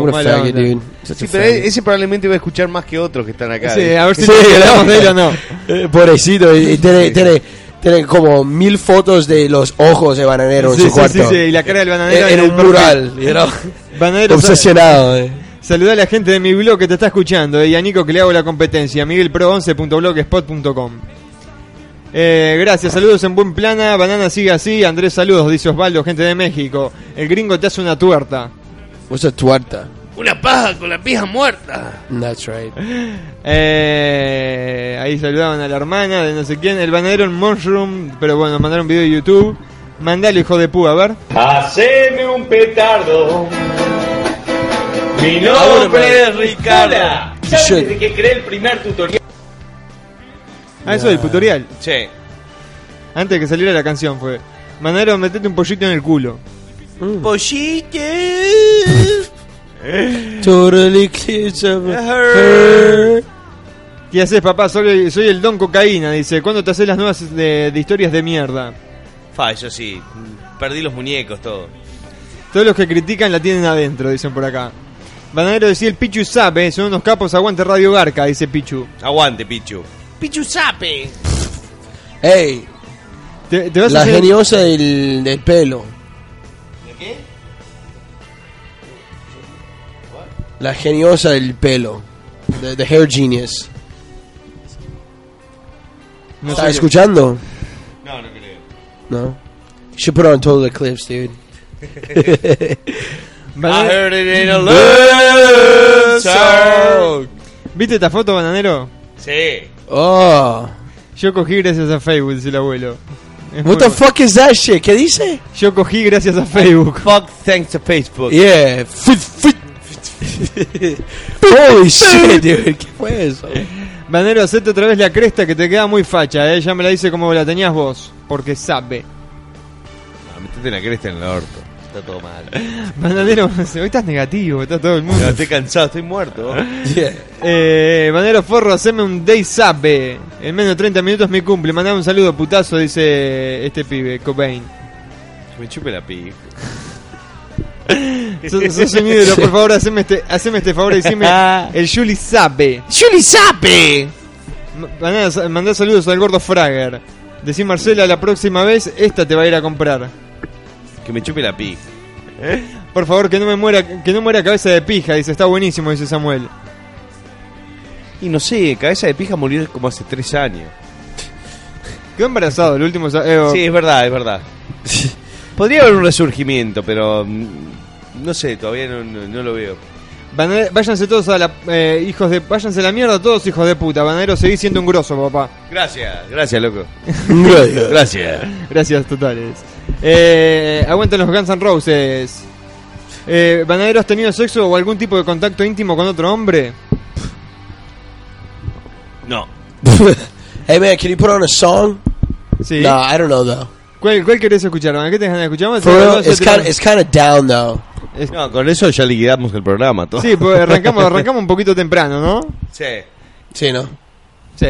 Speaker 3: What a
Speaker 4: Oh, mala
Speaker 3: faggot,
Speaker 4: onda.
Speaker 3: dude. Such a
Speaker 2: Sí, pero e-
Speaker 3: faggot.
Speaker 2: ese probablemente va a escuchar más que otros que están acá.
Speaker 4: Sí,
Speaker 2: ¿eh?
Speaker 4: a ver si
Speaker 3: Sí,
Speaker 4: nos acordamos
Speaker 3: ¿no?
Speaker 4: de él o no.
Speaker 3: Eh, pobrecito, y, y tiene, tiene, tiene como mil fotos de los ojos de Bananero en
Speaker 4: Sí, sí,
Speaker 3: su cuarto. Eh,
Speaker 4: sí, sí, y la cara del bananero
Speaker 3: en, en
Speaker 4: el
Speaker 3: un
Speaker 4: perfil.
Speaker 3: mural, you know?
Speaker 4: Bananero,
Speaker 3: Obsesionado, eh.
Speaker 4: Saludá a la gente de mi blog que te está escuchando eh, y a Nico que le hago la competencia. miguelpro11.blogspot.com eh, Gracias, saludos en buen plana. Banana sigue así. Andrés, saludos, dice Osvaldo, gente de México. El gringo te hace una tuerta.
Speaker 3: What's a tuerta?
Speaker 5: Una paja con la pija muerta.
Speaker 3: That's right.
Speaker 4: Eh, ahí saludaban a la hermana de no sé quién. El banadero en Mushroom, pero bueno, mandaron un video de YouTube. Mandalo, hijo de púa, a ver.
Speaker 5: Haceme un petardo.
Speaker 4: Ah,
Speaker 5: Mi
Speaker 4: nombre
Speaker 5: es Ricardo.
Speaker 3: ¿Sabes Shit. desde
Speaker 5: que creé el primer tutorial?
Speaker 4: Ah, eso del tutorial.
Speaker 2: Che,
Speaker 4: Antes de que saliera la canción fue. Mandaron, metete un pollito en el culo.
Speaker 3: Totally eclipse of
Speaker 2: her.
Speaker 3: her.
Speaker 4: ¿Qué haces, papá? Soy, soy el don cocaína, dice. ¿Cuándo te haces las nuevas eh, de, de historias de mierda?
Speaker 2: fa, yo sí. Perdí los muñecos, todo.
Speaker 4: Todos los que critican la tienen adentro, dicen por acá. Bananero decía el Pichu sabe, eh, son unos capos, aguante Radio Garca, dice Pichu.
Speaker 2: Aguante, Pichu.
Speaker 6: Pichu sape.
Speaker 3: Hey,
Speaker 4: Te, te vas a
Speaker 3: la
Speaker 4: hacer-
Speaker 3: geniosa del, del pelo.
Speaker 2: ¿De qué?
Speaker 3: La geniosa del pelo. The, the hair genius.
Speaker 4: No
Speaker 3: ¿Estás
Speaker 4: sé,
Speaker 3: escuchando?
Speaker 2: No, no creo.
Speaker 3: No. You should put on total eclipse, dude.
Speaker 2: I
Speaker 4: Bananero-
Speaker 2: heard it in a love song.
Speaker 4: ¿Viste esta foto, Bananero?
Speaker 2: Sí.
Speaker 3: Oh.
Speaker 4: Yo cogí gracias a Facebook, dice el abuelo. Es muy
Speaker 3: What the
Speaker 4: bueno.
Speaker 3: fuck is that shit? ¿Qué dice?
Speaker 4: Yo cogí gracias a Facebook.
Speaker 2: Fuck thanks to Facebook.
Speaker 3: Yeah. Fit, fit. Holy shit, dude. ¿Qué fue eso?
Speaker 4: Banero, hacete otra vez la cresta que te queda muy facha, eh. Ya me la hice como la tenías vos, porque sabe.
Speaker 2: Ah, Metete la cresta en el orto. Está todo mal.
Speaker 4: Bananero, hoy estás negativo, está todo el mundo.
Speaker 2: Ya, estoy cansado, estoy muerto.
Speaker 3: Yeah.
Speaker 4: Eh, Banero Forro, haceme un day zap. eh. En menos de 30 minutos mi cumple. Mandame un saludo, putazo, dice este pibe, Cobain.
Speaker 2: Me chupe la pija.
Speaker 4: Sos, sos un ídolo, por favor, haceme este, haceme este favor y decime el Juli Sape.
Speaker 3: Julie Sape.
Speaker 4: M- Mandá, sa- mandá saludos al gordo Frager. Decí Marcela, la próxima vez esta te va a ir a comprar.
Speaker 2: Que me chupe la pija.
Speaker 4: Por favor, que no me muera, que no muera cabeza de pija, dice, está buenísimo, dice Samuel.
Speaker 2: Y no sé, cabeza de pija murió como hace tres años.
Speaker 4: Quedó embarazado el último sa- eh,
Speaker 2: Sí, es verdad, es verdad. Podría haber un resurgimiento, pero mm, no sé, todavía no, no- no lo veo.
Speaker 4: Banane- váyanse todos a la eh, hijos de. Váyanse a la mierda todos hijos de puta. Bananero, seguís siendo un grosso, papá.
Speaker 2: Gracias, gracias, loco.
Speaker 3: Gracias.
Speaker 2: Gracias.
Speaker 4: Gracias totales. Eh, aguantan los Guns N' Roses. Eh, Bananero, ¿has tenido sexo o algún tipo de contacto íntimo con otro hombre?
Speaker 2: No.
Speaker 3: hey man, can you put on a song?
Speaker 4: Sí.
Speaker 3: No, I don't know though.
Speaker 4: ¿Cuál, cuál querés escuchar? Bananero? ¿Qué te dejan de escuchar? Vamos a
Speaker 3: For
Speaker 4: hacer
Speaker 3: real,
Speaker 4: dos, ya
Speaker 3: it's
Speaker 4: te
Speaker 3: kind
Speaker 4: lo-
Speaker 3: it's kind of down though.
Speaker 4: es-
Speaker 2: No, con eso ya liquidamos el programa. Todo.
Speaker 4: Sí, pues arrancamos, arrancamos un poquito temprano, ¿no?
Speaker 2: Sí.
Speaker 3: Sí, no.
Speaker 4: Sí.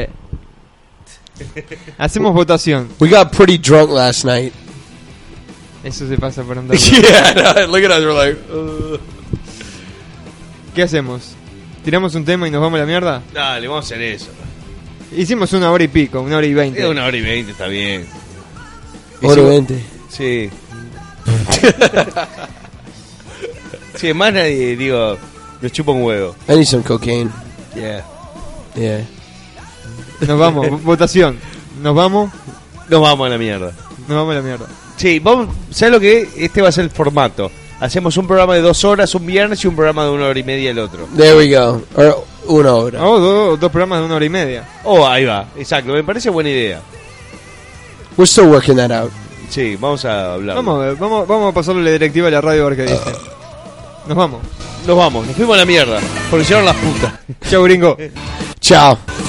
Speaker 4: Hacemos votación.
Speaker 3: We got pretty drunk last night.
Speaker 4: Eso se pasa por andar.
Speaker 3: yeah, no, look at us. We're like, uh.
Speaker 4: ¿Qué hacemos? ¿Tiramos un tema y nos vamos a la mierda?
Speaker 2: Dale, vamos a hacer eso.
Speaker 4: Hicimos una hora y pico, una hora y
Speaker 2: Es
Speaker 4: veinte.
Speaker 2: una hora y veinte, está bien.
Speaker 3: obviamente.
Speaker 2: Sí. sí, más nadie, digo, nos chupa un huevo.
Speaker 3: I need some cocaine.
Speaker 2: Yeah.
Speaker 3: Yeah.
Speaker 4: Nos vamos, votación. Nos vamos,
Speaker 2: Nos vamos a la mierda.
Speaker 4: nos vamos a la mierda.
Speaker 2: Sí, vamos, ¿sabes lo que es? Este va a ser el formato. Hacemos un programa de dos horas un viernes y un programa de una hora y media el otro.
Speaker 3: There we go. Or una hora.
Speaker 4: Oh, do- dos programas de una hora y media.
Speaker 2: Oh, ahí va, exacto, me parece buena idea.
Speaker 3: We're still working that out.
Speaker 2: Sí, vamos a hablar.
Speaker 4: Vamos, a ver, vamos, vamos a pasarle la directiva a la radio a ver qué dice. Nos vamos.
Speaker 2: Nos vamos, nos fuimos a la mierda. Porque llevaron las putas.
Speaker 4: Chau, gringo.
Speaker 3: Ciao.